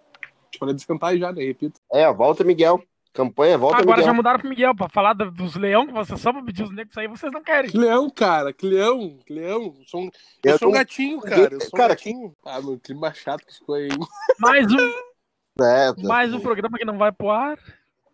Speaker 1: Falei descantar e já, né? Repito.
Speaker 3: É, ó, volta Miguel. Campanha, volta
Speaker 2: Agora já
Speaker 3: Miguel.
Speaker 2: mudaram pro Miguel pra falar do- dos leão que vocês só pra pedir os negros aí, vocês não querem.
Speaker 1: Que leão, cara, que leão, que leão. Eu sou um, eu
Speaker 3: Eu
Speaker 1: sou um
Speaker 3: tô-
Speaker 1: gatinho, cara. Eu sou um
Speaker 3: Cara,
Speaker 1: gatinho. Ah, meu clima chato que ficou aí.
Speaker 2: Mais um,
Speaker 3: É, tá.
Speaker 2: mais um programa que não vai pro ar.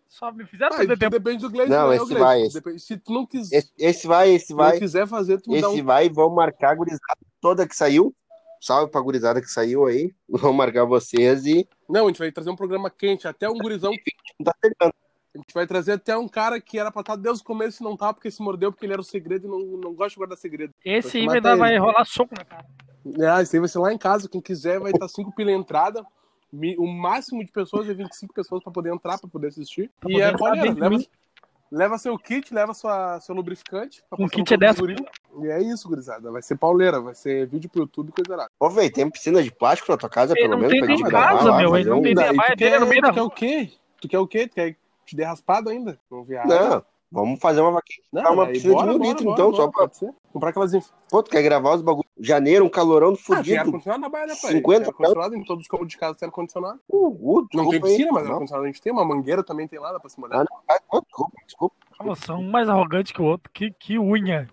Speaker 2: Só me fizeram
Speaker 1: Ah,
Speaker 2: perder
Speaker 1: e tu
Speaker 2: tempo.
Speaker 1: depende do Gleice,
Speaker 3: Não,
Speaker 1: né,
Speaker 3: esse
Speaker 1: o Gleice?
Speaker 3: vai, esse.
Speaker 1: Depende- Se tu não, quis,
Speaker 3: Esse, esse vai, esse
Speaker 1: não
Speaker 3: vai.
Speaker 1: quiser fazer, tu me dá um
Speaker 3: Esse vai, vão marcar a gurizada toda que saiu. Salve pra gurizada que saiu aí. Vão marcar vocês e
Speaker 1: Não, a gente vai trazer um programa quente, até um gurizão. A
Speaker 3: não tá pegando.
Speaker 1: gente vai trazer até um cara que era pra estar desde o começo e não tá, porque se mordeu, porque ele era o segredo e não, não gosta de guardar segredo.
Speaker 2: Esse aí
Speaker 1: Mas
Speaker 2: vai, dar,
Speaker 1: tem-
Speaker 2: vai rolar soco na cara.
Speaker 1: É, isso aí vai ser lá em casa. Quem quiser vai estar cinco pila a entrada. Mi- O máximo de pessoas é 25 pessoas pra poder entrar, pra poder assistir.
Speaker 2: Pra
Speaker 1: e
Speaker 2: poder
Speaker 1: é
Speaker 2: entrar
Speaker 1: olha,
Speaker 2: dentro de
Speaker 1: leva,
Speaker 2: mim.
Speaker 1: leva seu kit, leva sua, seu lubrificante. pra
Speaker 2: Um
Speaker 1: passar no
Speaker 2: kit é
Speaker 1: corpo do
Speaker 2: 10
Speaker 1: guri. E é isso, gurizada. Vai ser pauleira, vai ser vídeo pro YouTube, coisa lá.
Speaker 3: Ô, velho, tem piscina de plástico na tua casa,
Speaker 2: Ele
Speaker 3: pelo
Speaker 2: não
Speaker 3: menos,
Speaker 2: tem
Speaker 3: pra
Speaker 2: nem
Speaker 3: gente
Speaker 2: de
Speaker 3: gravar
Speaker 2: casa,
Speaker 3: lá,
Speaker 2: meu,
Speaker 3: fazer
Speaker 2: ele não
Speaker 3: um-
Speaker 2: tem-
Speaker 1: Daí,
Speaker 2: minha baia
Speaker 1: tu,
Speaker 2: dele é
Speaker 1: quer,
Speaker 2: no meio da
Speaker 1: tu quer
Speaker 2: rua.
Speaker 1: o quê? Tu quer o quê? Tu quer te der raspado ainda? Não, viado.
Speaker 3: Não, vamos fazer uma vaquinha.
Speaker 1: Não,
Speaker 3: Tá uma
Speaker 1: aí
Speaker 3: piscina Né? de um litro, então, só pra-
Speaker 1: pode ser. Comprar aquelas inf...
Speaker 3: Pô, tu quer gravar os bagulhos? Janeiro, um calorão do
Speaker 1: Ah, tem
Speaker 3: fudido.
Speaker 1: ar-condicionado na baia, né, pai?
Speaker 3: 50
Speaker 1: Tem ar-condicionado em todos os cômodos de casa tem ar-condicionado.
Speaker 3: Uh, uh,
Speaker 1: Não tem
Speaker 3: desculpa aí.
Speaker 1: piscina, mas
Speaker 3: Não,
Speaker 1: ar-condicionado a gente tem. Uma mangueira também tem lá, dá pra se molhar.
Speaker 3: Ah, não, ah, oh, desculpa, desculpa.
Speaker 2: Pô, são um mais arrogante que o outro. Que, que unha.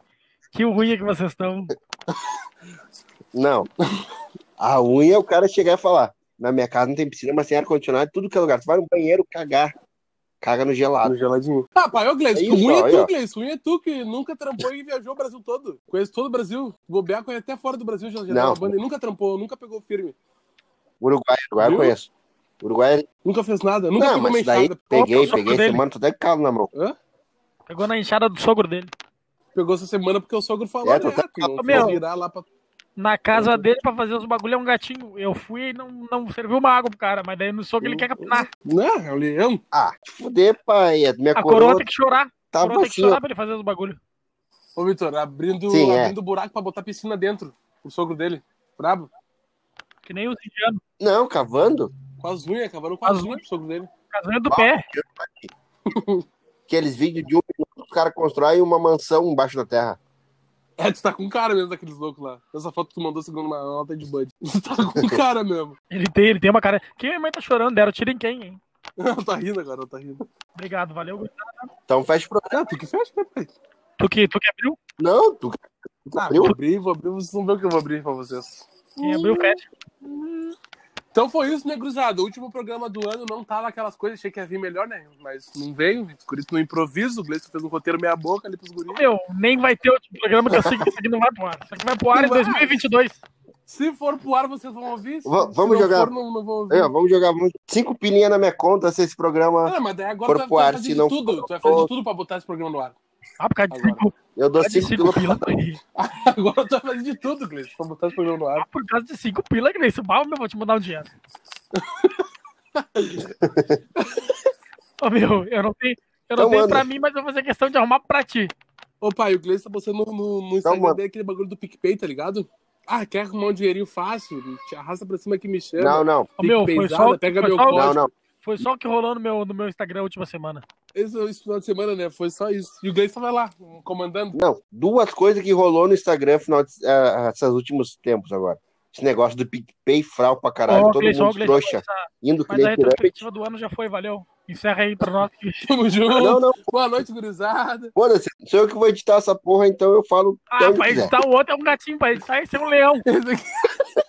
Speaker 2: Que unha que vocês estão.
Speaker 3: Não. A unha é o cara chegar e falar: Na minha casa não tem piscina, mas tem ar-condicionado em tudo que é lugar. Tu vai no banheiro cagar. Caga no gelado.
Speaker 1: No geladinho. Ah, pai, ô Gleice,
Speaker 3: É
Speaker 1: que
Speaker 3: isso,
Speaker 1: ruim
Speaker 3: ó,
Speaker 1: é
Speaker 3: aí,
Speaker 1: tu,
Speaker 3: ó.
Speaker 1: Gleice. Ruim é tu que nunca trampou e viajou o Brasil todo. Conheço todo o Brasil. Bobear, conhece até fora do Brasil, já já
Speaker 3: Não.
Speaker 1: uma banda e nunca trampou, nunca pegou firme.
Speaker 3: Uruguai, Uruguai eu
Speaker 1: Viu?
Speaker 3: conheço. Uruguai, é-
Speaker 1: Nunca fez nada, nunca
Speaker 3: não,
Speaker 1: pegou uma
Speaker 3: mas daí
Speaker 1: enxada.
Speaker 2: Opa, eu
Speaker 3: peguei,
Speaker 2: sou
Speaker 3: peguei
Speaker 2: dele.
Speaker 3: semana, tô até com calo na mão.
Speaker 1: Hã?
Speaker 2: Pegou na enxada do sogro dele.
Speaker 1: Pegou essa semana porque o sogro falou,
Speaker 3: É,
Speaker 1: né?
Speaker 3: tô
Speaker 1: Tu não
Speaker 2: Ô,
Speaker 1: foi
Speaker 2: meu.
Speaker 1: virar lá pra...
Speaker 2: Na casa
Speaker 3: Uhum.
Speaker 2: dele pra fazer os bagulho é um gatinho. Eu fui e não, não serviu uma água pro cara, mas daí no sogro
Speaker 3: Uhum.
Speaker 2: ele quer capinar.
Speaker 1: Não, é o leão.
Speaker 3: Ah, te fuder, pai. A minha
Speaker 2: A
Speaker 3: coroa,
Speaker 2: coroa tem que chorar. A
Speaker 3: tava
Speaker 2: coroa tem que
Speaker 3: assim, ó.
Speaker 2: chorar pra ele fazer os bagulho.
Speaker 1: Ô, Vitor, abrindo,
Speaker 3: Sim, é.
Speaker 1: abrindo buraco pra botar piscina dentro. O sogro dele. Brabo.
Speaker 2: Que nem os indianos.
Speaker 3: Não, cavando.
Speaker 1: Com as unhas, cavando com as,
Speaker 2: As
Speaker 1: unhas pro sogro dele.
Speaker 2: Casamento
Speaker 3: Ah.
Speaker 2: do pé.
Speaker 3: Aqueles vídeos de um minuto, os caras constroem uma mansão embaixo da terra.
Speaker 1: É, tu tá com cara mesmo daqueles loucos lá. Essa foto que tu mandou segurando uma nota de bud. Tu tá com cara mesmo.
Speaker 2: Ele tem, ele tem uma cara. Quem minha mãe tá chorando? Deram tiro em quem, hein?
Speaker 1: tá rindo agora, tá rindo.
Speaker 2: Obrigado, valeu.
Speaker 3: Então fecha o programa.
Speaker 1: Ah, tu que fecha, né, pai?
Speaker 2: Tu que, tu que abriu?
Speaker 3: Não, tu
Speaker 1: Ah,
Speaker 3: abriu?
Speaker 1: vou abrir, vou abrir, vocês vão ver o que eu vou abrir pra vocês.
Speaker 2: Quem abriu, fecha.
Speaker 1: Então foi isso, né, Cruzado? O último programa do ano não tava aquelas coisas, achei que ia vir melhor, né? Mas não veio, por isso no improviso, o Gleison fez um roteiro meia boca ali pros guris.
Speaker 2: Meu, nem vai ter outro programa que eu sei que isso aqui não vai pro ar. Isso aqui vai pro ar em
Speaker 1: Vai.
Speaker 2: 2022.
Speaker 1: Se for pro ar, vocês vão ouvir. Se,
Speaker 3: Va-
Speaker 1: se
Speaker 3: vamos
Speaker 1: não
Speaker 3: jogar.
Speaker 1: For, não, não vão ouvir.
Speaker 3: Aí, ó, vamos jogar vamos- cinco pilinhas na minha conta se esse programa.
Speaker 1: Ah, mas daí agora
Speaker 3: For
Speaker 1: tu vai,
Speaker 3: pro
Speaker 1: tu vai
Speaker 3: ar,
Speaker 1: fazer
Speaker 3: se
Speaker 1: de
Speaker 3: não
Speaker 1: tudo.
Speaker 3: for-
Speaker 1: tu vai fazer de tudo pra botar esse programa no ar.
Speaker 2: Ah, por causa de
Speaker 1: Agora.
Speaker 2: cinco, por
Speaker 3: Eu dou
Speaker 2: causa de
Speaker 3: tá cinco
Speaker 2: cinco
Speaker 3: pila.
Speaker 2: pila. aí.
Speaker 1: Agora tu vai fazer de tudo, Gleison, pra botar esse programa no
Speaker 2: Ah,
Speaker 1: ar.
Speaker 2: por causa de cinco pila, Gleice. Mal, meu, vou te mandar um dinheiro. Ô, meu, eu não tenho. Eu não
Speaker 3: Então
Speaker 2: tenho
Speaker 3: manda.
Speaker 2: pra mim, mas eu vou fazer questão de arrumar pra ti.
Speaker 1: Ô, pai, o Gleison tá postando no, no, no Instagram
Speaker 3: Então, mano.
Speaker 1: dele aquele bagulho do PicPay, tá ligado? Ah, quer arrumar um dinheirinho fácil? Te arrasta pra cima que me chama.
Speaker 3: Não, não,
Speaker 2: Ô, meu,
Speaker 1: Big
Speaker 2: foi
Speaker 1: pesada,
Speaker 2: só,
Speaker 1: pega
Speaker 2: foi
Speaker 1: meu
Speaker 2: só-
Speaker 1: código.
Speaker 3: não, não.
Speaker 2: Foi só o que rolou no meu, no meu Instagram a última semana.
Speaker 1: Esse, esse final de semana, né? Foi só isso. E o Gleison vai lá, comandando.
Speaker 3: Não, duas coisas que rolou no Instagram final de, ah, esses últimos tempos agora. Esse negócio do PicPay frau pra caralho.
Speaker 2: Ó,
Speaker 3: Todo
Speaker 2: Gleison,
Speaker 3: mundo
Speaker 2: Gleison,
Speaker 3: trouxa.
Speaker 2: essa-
Speaker 3: Indo que
Speaker 2: Mas a
Speaker 3: nem pirâmide.
Speaker 2: retrospectiva do ano já foi, valeu. Encerra aí pra nós.
Speaker 1: Tamo junto.
Speaker 3: Não, não.
Speaker 1: Boa noite, gurizada.
Speaker 3: Foda-se. Sou eu que vou editar essa porra, então eu falo. até
Speaker 2: Ah,
Speaker 3: onde
Speaker 2: pra
Speaker 3: quiser.
Speaker 2: editar o outro é um gatinho, pra editar esse é um leão.
Speaker 1: Esse aqui-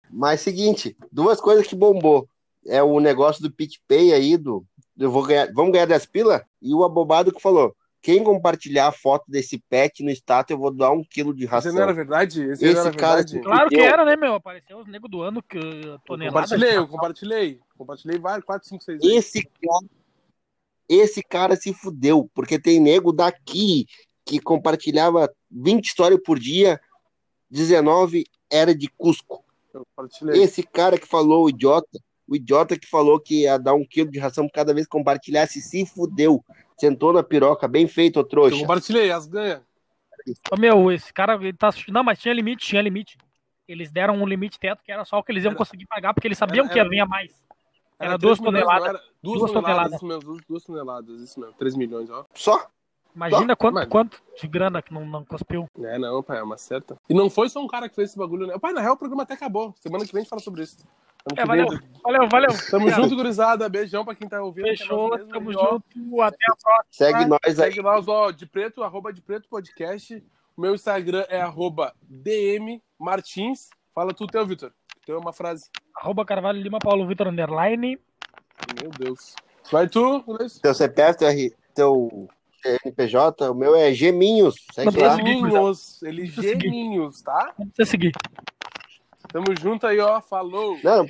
Speaker 3: Mas seguinte, duas coisas que bombou. É o negócio do PicPay aí, do eu vou ganhar, vamos ganhar 10 pila? E o abobado que falou: quem compartilhar a foto desse pet no status, eu vou dar um quilo de
Speaker 1: Esse não era
Speaker 3: ração.
Speaker 1: verdade? Esse,
Speaker 3: Esse
Speaker 1: não era
Speaker 3: cara
Speaker 1: verdade?
Speaker 3: aqui.
Speaker 2: Claro que
Speaker 3: Eu-
Speaker 2: era, né, meu? Apareceu os nego do ano, que uh,
Speaker 1: Eu
Speaker 2: tonelada.
Speaker 1: compartilhei,
Speaker 2: de-
Speaker 1: eu compartilhei. Compartilhei vários, 4, 5, 6.
Speaker 3: Esse cara, esse cara se fudeu, porque tem nego daqui que compartilhava 20 histórias por dia, 19 era de Cusco.
Speaker 1: Eu compartilhei.
Speaker 3: Esse cara que falou, o idiota, o idiota que falou que ia dar um quilo de ração por cada vez que compartilhasse, se fudeu. Sentou na piroca, bem feito, ô
Speaker 1: Eu
Speaker 3: trouxa.
Speaker 1: compartilhei, as ganha.
Speaker 2: Ô, meu, esse cara ele tá. Não, mas tinha limite, tinha limite. Eles deram um limite teto que era só o que eles iam
Speaker 1: Era-
Speaker 2: conseguir pagar, porque eles sabiam
Speaker 1: era-
Speaker 2: que ia vir a mais. Era
Speaker 1: três
Speaker 2: duas
Speaker 1: milhões, não
Speaker 2: toneladas.
Speaker 1: era? Duas,
Speaker 2: Duas
Speaker 1: toneladas.
Speaker 2: toneladas.
Speaker 1: Isso mesmo, duas, duas toneladas, isso mesmo. 3 milhões, ó.
Speaker 3: Só?
Speaker 2: Imagina
Speaker 1: mano.
Speaker 2: quanto, quanto de grana que não, não cuspiu.
Speaker 1: É, não, pai, é uma certa. E não foi só um cara que fez esse bagulho, né? Pai, na real, o programa até acabou. Semana que vem a gente fala sobre isso. Ano
Speaker 2: É,
Speaker 1: que
Speaker 2: valeu, valeu, valeu.
Speaker 1: Tamo
Speaker 2: Obrigado.
Speaker 1: junto, gurizada. Beijão pra quem tá ouvindo.
Speaker 2: Fechou,
Speaker 1: Que é nós mesmo
Speaker 2: tamo
Speaker 1: aí, ó.
Speaker 2: junto. Até a próxima.
Speaker 3: Segue
Speaker 2: Ah,
Speaker 3: nós aí.
Speaker 1: Segue nós, ó, de preto, arroba de preto podcast. O meu Instagram é arroba DM Martins. Fala tu, teu, Vitor. Teu é uma frase.
Speaker 2: Arroba Carvalho Lima, Paulo Vitor Underline.
Speaker 1: Meu Deus. Vai tu, Luiz.
Speaker 3: Teu CPF, teu, R- teu CNPJ, o meu é Geminhos.
Speaker 2: Não
Speaker 3: Segue lá.
Speaker 2: precisa seguir.
Speaker 1: Geninhos. Ele
Speaker 2: Deixa eu seguir.
Speaker 1: geninhos, tá?
Speaker 2: Não precisa seguir.
Speaker 1: Tamo junto aí, ó. Falou.
Speaker 3: Não, não